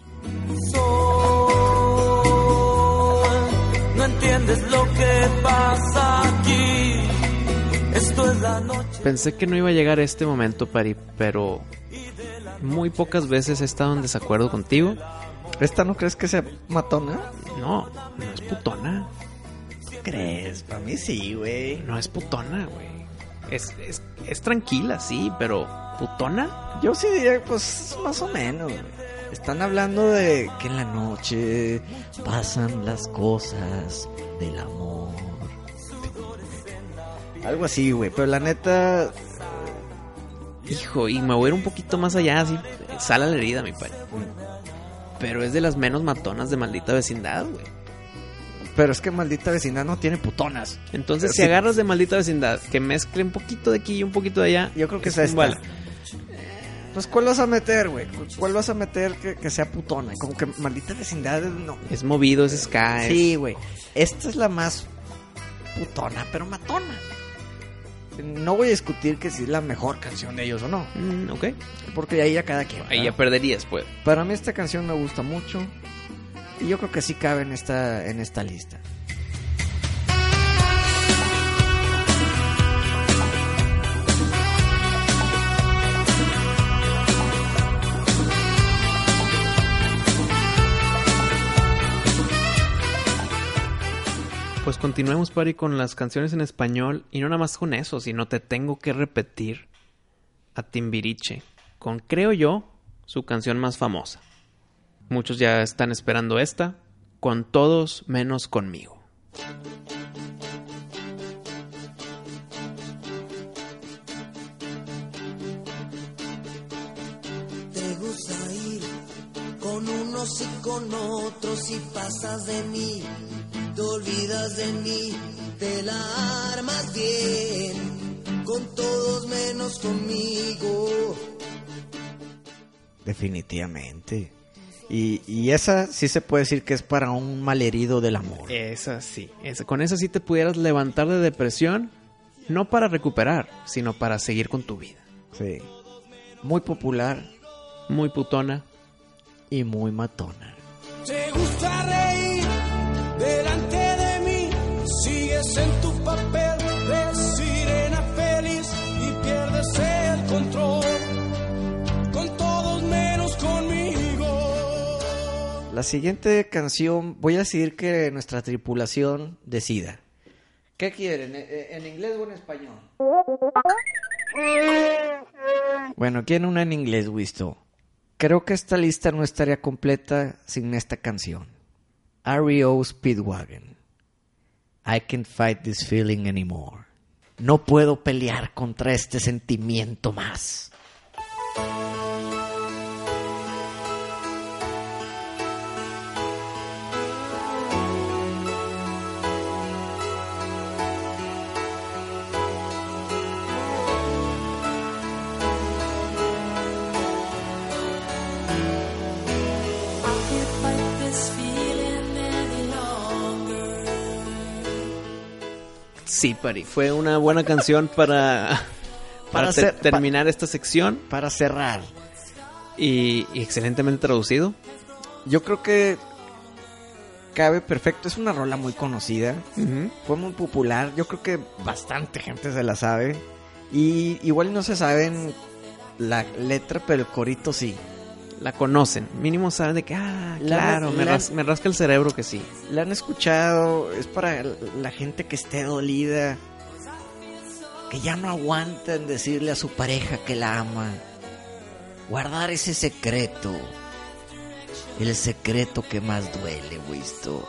No entiendes lo que pasa aquí. Esto es la noche.
pensé que no iba a llegar este momento, Pari, pero muy pocas veces he estado en desacuerdo contigo.
¿Esta no crees que sea matona?
No, no es putona.
¿Crees? Para mí sí, güey.
No es putona, güey. Es, es, es tranquila, sí, pero putona.
Yo sí diría, pues, más o menos. güey. Están hablando de que en la noche pasan las cosas del amor. Algo así, güey. Pero la neta,
Hijo, y me voy a ir un poquito más allá, así sala la herida, mi padre. Pero es de las menos matonas de maldita vecindad, güey.
pero es que maldita vecindad no tiene putonas.
Entonces, si
Sí.
agarras de maldita vecindad, que mezcle un poquito de aquí y un poquito de allá.
Yo creo que es
un
esta.
bala.
Pues, ¿cuál vas a meter, güey? ¿Cuál vas a meter que, que sea putona? Como que maldita vecindad, no.
Es movido, es ska. es-
Sí, güey. Esta es la más putona, pero matona. No voy a discutir que si es la mejor canción de ellos o no.
Mm, ok.
Porque ahí ya cada quien.
Ahí ya
¿verdad?
perderías, pues.
Para mí esta canción me gusta mucho. Y yo creo que sí cabe en esta, en esta lista.
Cumbala,
pues continuemos, Pari, con las canciones en español. Y no nada más con eso, sino te tengo que repetir a Timbiriche con, creo yo, su canción más famosa. Muchos ya están esperando esta, con todos menos conmigo.
Te gusta ir con unos y con otros y pasas de mí, te olvidas de mí, te la armas bien, con todos menos conmigo.
Definitivamente. Y, y esa sí se puede decir que es para un malherido del amor.
Esa sí, esa- con esa sí te pudieras levantar de depresión, no para recuperar, sino para seguir con tu vida.
Sí. Muy popular
Muy putona,
y muy matona.
Te gusta reír delante de mí, sigues en tu papel de sirena feliz y pierdes el control con todos menos conmigo.
La siguiente canción, voy a decir que nuestra tripulación decida. ¿Qué quieren? ¿E- ¿En inglés o en español? Bueno, ¿quién una en inglés, Wisto? Creo que esta lista no estaría completa sin esta canción. REO Speedwagon. I can't fight this feeling anymore. No puedo pelear contra este sentimiento más.
can't fight this feeling any longer.
sí, Pari, fue una buena canción para, para,
Para
ter-
hacer- pa-
terminar esta sección
Para cerrar,
y, y excelentemente traducido.
Yo creo que cabe perfecto. Es una rola muy conocida. Fue muy popular. Yo creo que bastante gente se la sabe. Y igual no se saben la letra, pero el corito sí.
La conocen, mínimo saben de que, ah,
La-
claro, me,
la-
ras- me rasca el cerebro que sí.
La han escuchado. Es para la gente que esté dolida. Que ya no aguantan decirle a su pareja que la ama. Guardar ese secreto. El secreto que más duele, Wisto.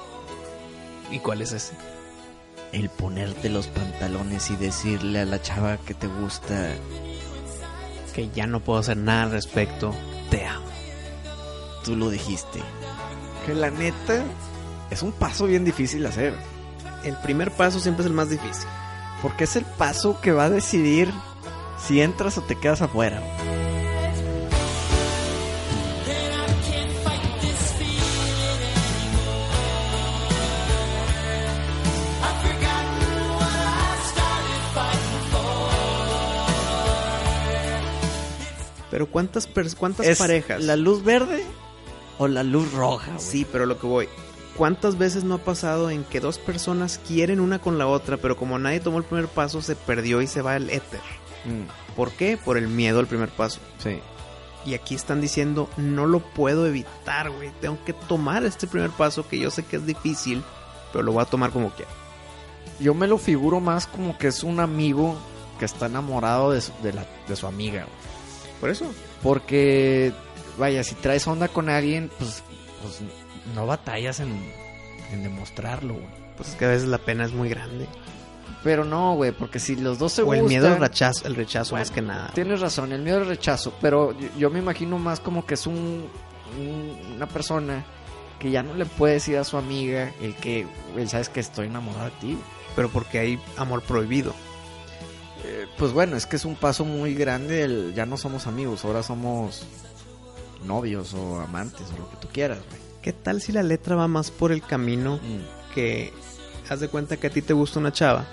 ¿Y cuál es ese?
el ponerte los pantalones y decirle a la chava que te gusta,
Que ya no puedo hacer nada al respecto, te amo.
tú lo dijiste. Que la neta es un paso bien difícil hacer,
El primer paso siempre es el más difícil.
porque es el paso que va a decidir si entras o te quedas afuera.
Pero ¿cuántas, pers- cuántas
¿Es
parejas?
la luz verde o la luz roja? güey?
Sí, pero lo que voy. ¿Cuántas veces no ha pasado en que dos personas quieren una con la otra, pero como nadie tomó el primer paso, se perdió y se va el éter?
Mm,
¿Por qué? Por el miedo al primer paso.
sí.
Y aquí están diciendo, no lo puedo evitar, güey. Tengo que tomar este primer paso que yo sé que es difícil, pero lo voy a tomar como quiera.
Yo me lo figuro más como que es un amigo que está enamorado de su, de la- de su amiga. güey.
Por eso.
Porque, vaya, si traes onda con alguien, pues, pues no batallas en, en demostrarlo, güey.
Pues es que a veces la pena es muy grande.
Pero no, güey, porque si los dos se
o el
gustan-
miedo al rechazo, el rechazo más que nada.
Tienes razón, el miedo al rechazo, pero yo, yo me imagino más como que es un, un- una persona que ya no le puede decir a su amiga el que, güey, sabes que estoy enamorado de ti.
Pero porque hay amor prohibido.
Eh, pues bueno, es que es un paso muy grande, el, ya no somos amigos, ahora somos novios o amantes o lo que tú quieras, güey.
¿Qué tal si la letra va más por el camino que haz de cuenta que a ti te gusta una chava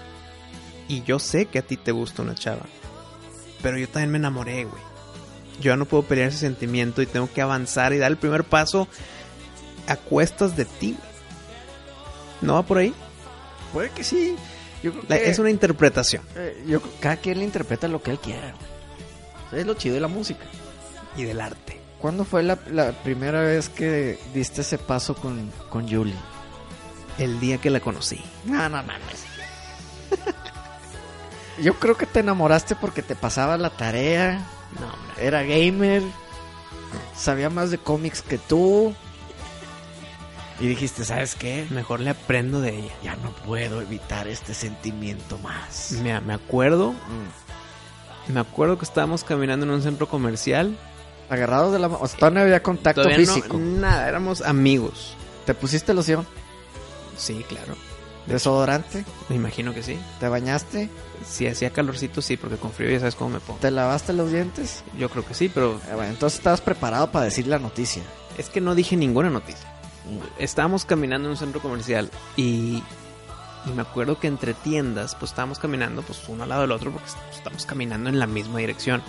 y yo sé que a ti te gusta una chava, pero yo también me enamoré, güey. Yo ya no puedo pelear ese sentimiento y tengo que avanzar y dar el primer paso a cuestas de ti. güey. ¿No va por ahí?
Puede que sí. Yo creo
La-
que-
es una interpretación.
Eh, yo creo que cada quien le interpreta lo que él quiera. güey. Es lo chido de la música.
Y del arte.
¿Cuándo fue la, la primera vez que diste ese paso con, con Julie?
el día que la conocí.
No, no mames. Yo creo que te enamoraste porque te pasaba la tarea,
No, hombre.
era gamer, sabía más de cómics que tú. Y dijiste, ¿sabes qué?
Mejor le aprendo de ella.
Ya no puedo evitar este sentimiento más.
Mira, me acuerdo, me acuerdo que estábamos caminando en un centro comercial.
Agarrados de la mano. Todavía no había contacto
Todavía no-
físico.
nada, éramos amigos.
¿Te pusiste loción?
Sí, claro.
¿Desodorante?
Me imagino que sí.
¿Te bañaste?
Si hacía calorcito, sí, porque con frío ya sabes cómo me pongo.
¿Te lavaste los dientes?
Yo creo que sí, pero
Eh, bueno, entonces estabas preparado para decir la noticia.
es que no dije ninguna noticia. Estábamos caminando en un centro comercial y, y me acuerdo que entre tiendas, pues estábamos caminando, pues uno al lado del otro, porque estábamos caminando en la misma dirección.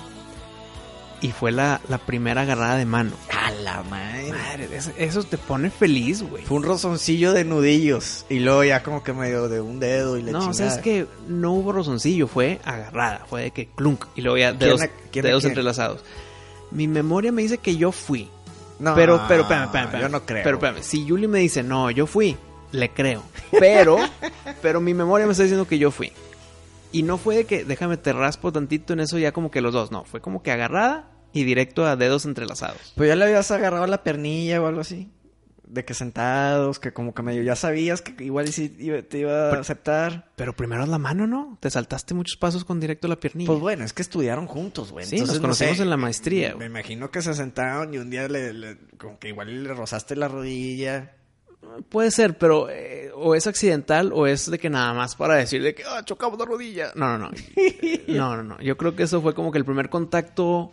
Y fue la, la primera agarrada de mano.
¡A la madre!
Madre, eso, eso te pone feliz, güey.
Fue un rozoncillo de nudillos. Y luego ya como que medio de un dedo y le
No, o sea, es que no hubo rozoncillo, fue agarrada, fue de que clunk y luego ya
¿Quién
dedos,
a- quién a
dedos
quién?
entrelazados. Mi memoria me dice que yo fui, pero, pero, espérame, espérame, espérame.
Yo no creo.
Pero espérame, si Julie me dice, no, yo fui, le creo. Pero, pero mi memoria me está diciendo que yo fui. Y no fue de que, déjame, te raspo tantito en eso ya como que los dos, no, fue como que agarrada y directo a dedos entrelazados.
Pues ya le habías agarrado la pernilla o algo así. De que sentados, que como que medio ya sabías que igual y sí iba- te iba a aceptar.
Pero primero la mano, ¿no? Te saltaste muchos pasos con directo a la piernilla.
Pues bueno, es que estudiaron juntos, güey.
sí, nos conocimos en la maestría.
Me
güey.
imagino que se sentaron y un día le, le- como que igual y le rozaste la rodilla.
Puede ser, pero eh, o es accidental o es de que nada más para decir de que "Ah, chocamos la rodilla. No, no, no. no, no, no. Yo creo que eso fue como que el primer contacto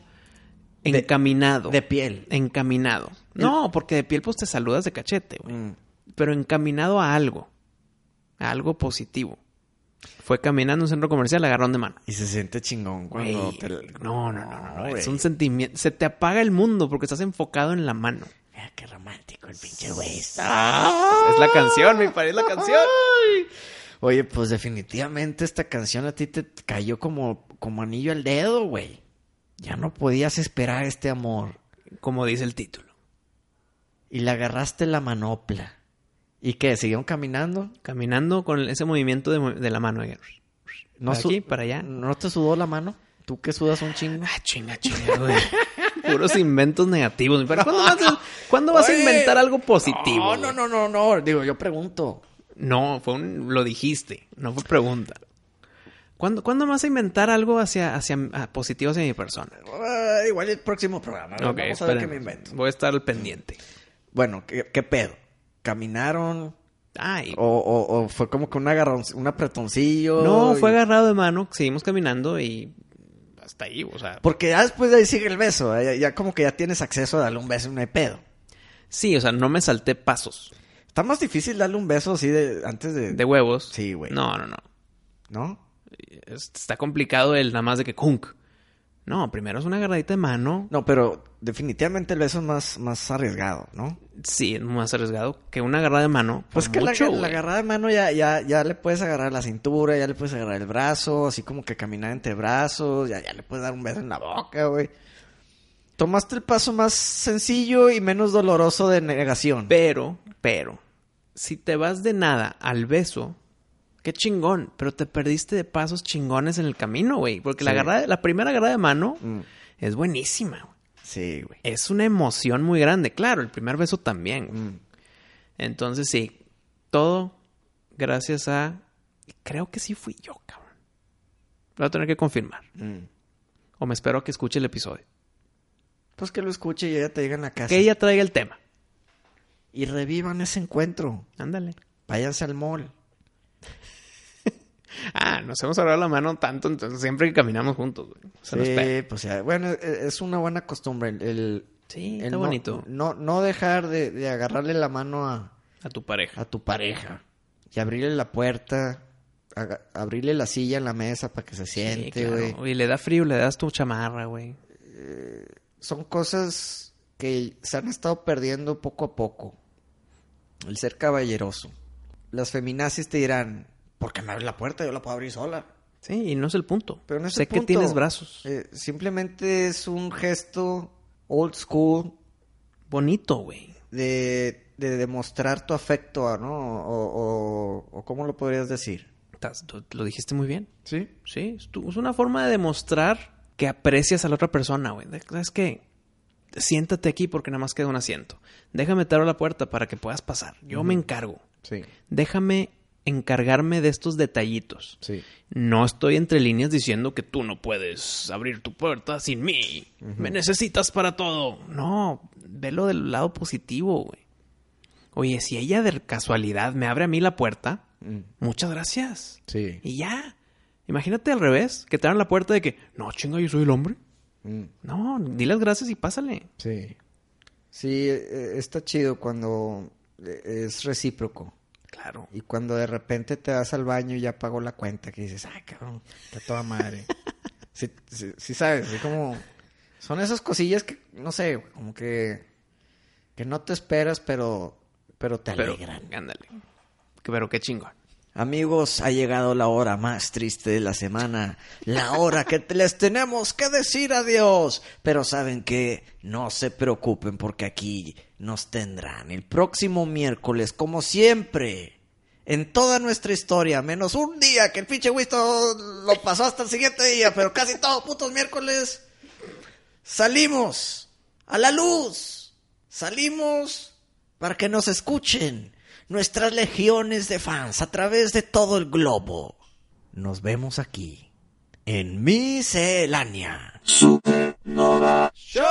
encaminado.
De piel.
Encaminado. No, porque de piel pues te saludas de cachete, güey. Pero encaminado a algo. A algo positivo. Fue caminando a un centro comercial, agarrón de mano.
Y se siente chingón cuando
Güey,
te...
No, no, no, no. no. Es
güey.
un sentimiento. Se te apaga el mundo porque estás enfocado en la mano.
Mira qué romántico el pinche güey. ¡Ah!
Es la canción, mi padre, es la canción.
Oye, pues definitivamente esta canción a ti te cayó como, como anillo al dedo, güey. Ya no podías esperar este amor.
Como dice el título.
Y le agarraste la manopla. ¿Y qué? ¿Siguieron caminando?
Caminando con ese movimiento de, de la mano. oigan.
¿No
Para
su- Mm.
aquí, para allá.
¿No te sudó la mano? ¿Tú que sudas un chingo?
Ah, chinga, chinga, güey. Puros inventos negativos. mi padre. ¿Cuándo vas a, cuándo vas a inventar algo positivo?
No,
güey?
no, no, no, no. Digo, yo pregunto.
No, fue un, lo dijiste, no fue pregunta. ¿Cuándo, ¿cuándo me vas a inventar algo hacia, hacia, ah, positivo hacia mi persona?
Ah, igual el próximo programa.
Ok,
Vamos a ver qué
espérenme.
me invento.
Voy a estar al pendiente.
Bueno, ¿qué, qué pedo? ¿Caminaron?
Ay,
O, o- o fue como que un agarrón, un apretoncillo?
no,
Y-
fue agarrado de mano, seguimos caminando y hasta ahí, o sea.
Porque ya después de ahí sigue el beso. ¿eh? Ya, ya como que ya tienes acceso a darle un beso y no hay pedo.
Sí, o sea, no me salté pasos
Está más difícil darle un beso así de, antes de...
de huevos.
Sí, güey.
No, no, no.
¿No?
Es- Está complicado el nada más de que kunk. No, primero es una agarradita de mano.
No, pero definitivamente el beso es más, más arriesgado, ¿no?
Sí, es más arriesgado que una agarrada de mano. por
Pues que la-
mucho,
la,
güey.
agarrada de mano ya, ya, ya le puedes agarrar la cintura, ya le puedes agarrar el brazo, así como que caminar entre brazos, ya, ya le puedes dar un beso en la boca, güey. Tomaste el paso más sencillo y menos doloroso de negación.
Pero, pero, si te vas de nada al beso, qué chingón, pero te perdiste de pasos chingones en el camino, güey. Porque la,
Sí.
agarrada- la primera agarrada de mano
Mm.
es buenísima. güey.
Sí, güey.
Es una emoción muy grande, claro, el primer beso también. güey.
Mm.
Entonces sí, todo gracias a... Creo que sí fui yo, cabrón. Lo voy a tener que confirmar.
Mm.
O me espero a que escuche el episodio.
Pues que lo escuche y ella te llega en la casa.
Que ella traiga el tema.
Y revivan ese encuentro.
Ándale.
Váyanse al mall.
Ah, nos hemos hablado la mano tanto, entonces siempre que caminamos juntos, güey. Se nos pega.
Sí, pues ya, bueno, e- es una buena costumbre el, el-
Sí,
el
está
no,
bonito.
No, no dejar de, de agarrarle la mano a,
A tu pareja.
a tu pareja y abrirle la puerta, aga- abrirle la silla en la mesa para que se
Sí,
siente,
claro.
güey.
Y le da frío, le das tu chamarra, güey.
Son cosas que se han estado perdiendo poco a poco. El ser caballeroso. Las feminazis te dirán, ¿por qué me abres la puerta? Yo la puedo abrir sola.
Sí, y no es el punto.
Pero no es
sé
el punto.
que tienes brazos.
Eh, simplemente es un gesto old school
Bonito, güey.
de de demostrar tu afecto, ¿no? O, o- o cómo lo podrías decir.
Estás- tú- Lo dijiste muy bien.
¿Sí?
Sí, es, tu- es una forma de demostrar que aprecias a la otra persona, güey. De- ¿Sabes qué? Siéntate aquí porque nada más queda un asiento. Déjame te abro la puerta para que puedas pasar. Yo me encargo.
Sí,
Déjame encargarme de estos detallitos.
sí.
No estoy entre líneas diciendo que tú no puedes abrir tu puerta sin mí. Me necesitas para todo. No, velo del lado positivo, güey. Oye, si ella de casualidad me abre a mí la puerta,
Mm.
muchas gracias.
Sí.
Y ya. Imagínate al revés, que te abran la puerta de que, no, chinga, yo soy el hombre.
Mm.
No, di las gracias y pásale.
Sí. Sí, eh, está chido cuando eh, es recíproco.
Claro.
Y cuando de repente te vas al baño y ya pagó la cuenta, que dices, ah, cabrón, está toda madre. sí, sí, sí sabes, es como... Son esas cosillas que, no sé, güey, como que... Que no te esperas, pero... Pero te
Pero,
alegran.
ándale. Que- Pero qué chingón.
Amigos, ha llegado la hora más triste de la semana, la hora que te- les tenemos que decir adiós. Pero saben que no se preocupen porque aquí nos tendrán el próximo miércoles, como siempre, en toda nuestra historia, menos un día que el pinche Wisto lo pasó hasta el siguiente día, pero casi todos putos miércoles salimos a la luz, salimos para que nos escuchen nuestras legiones de fans a través de todo el globo. Nos vemos aquí en Miscelánea.
Supernova.
¡Show!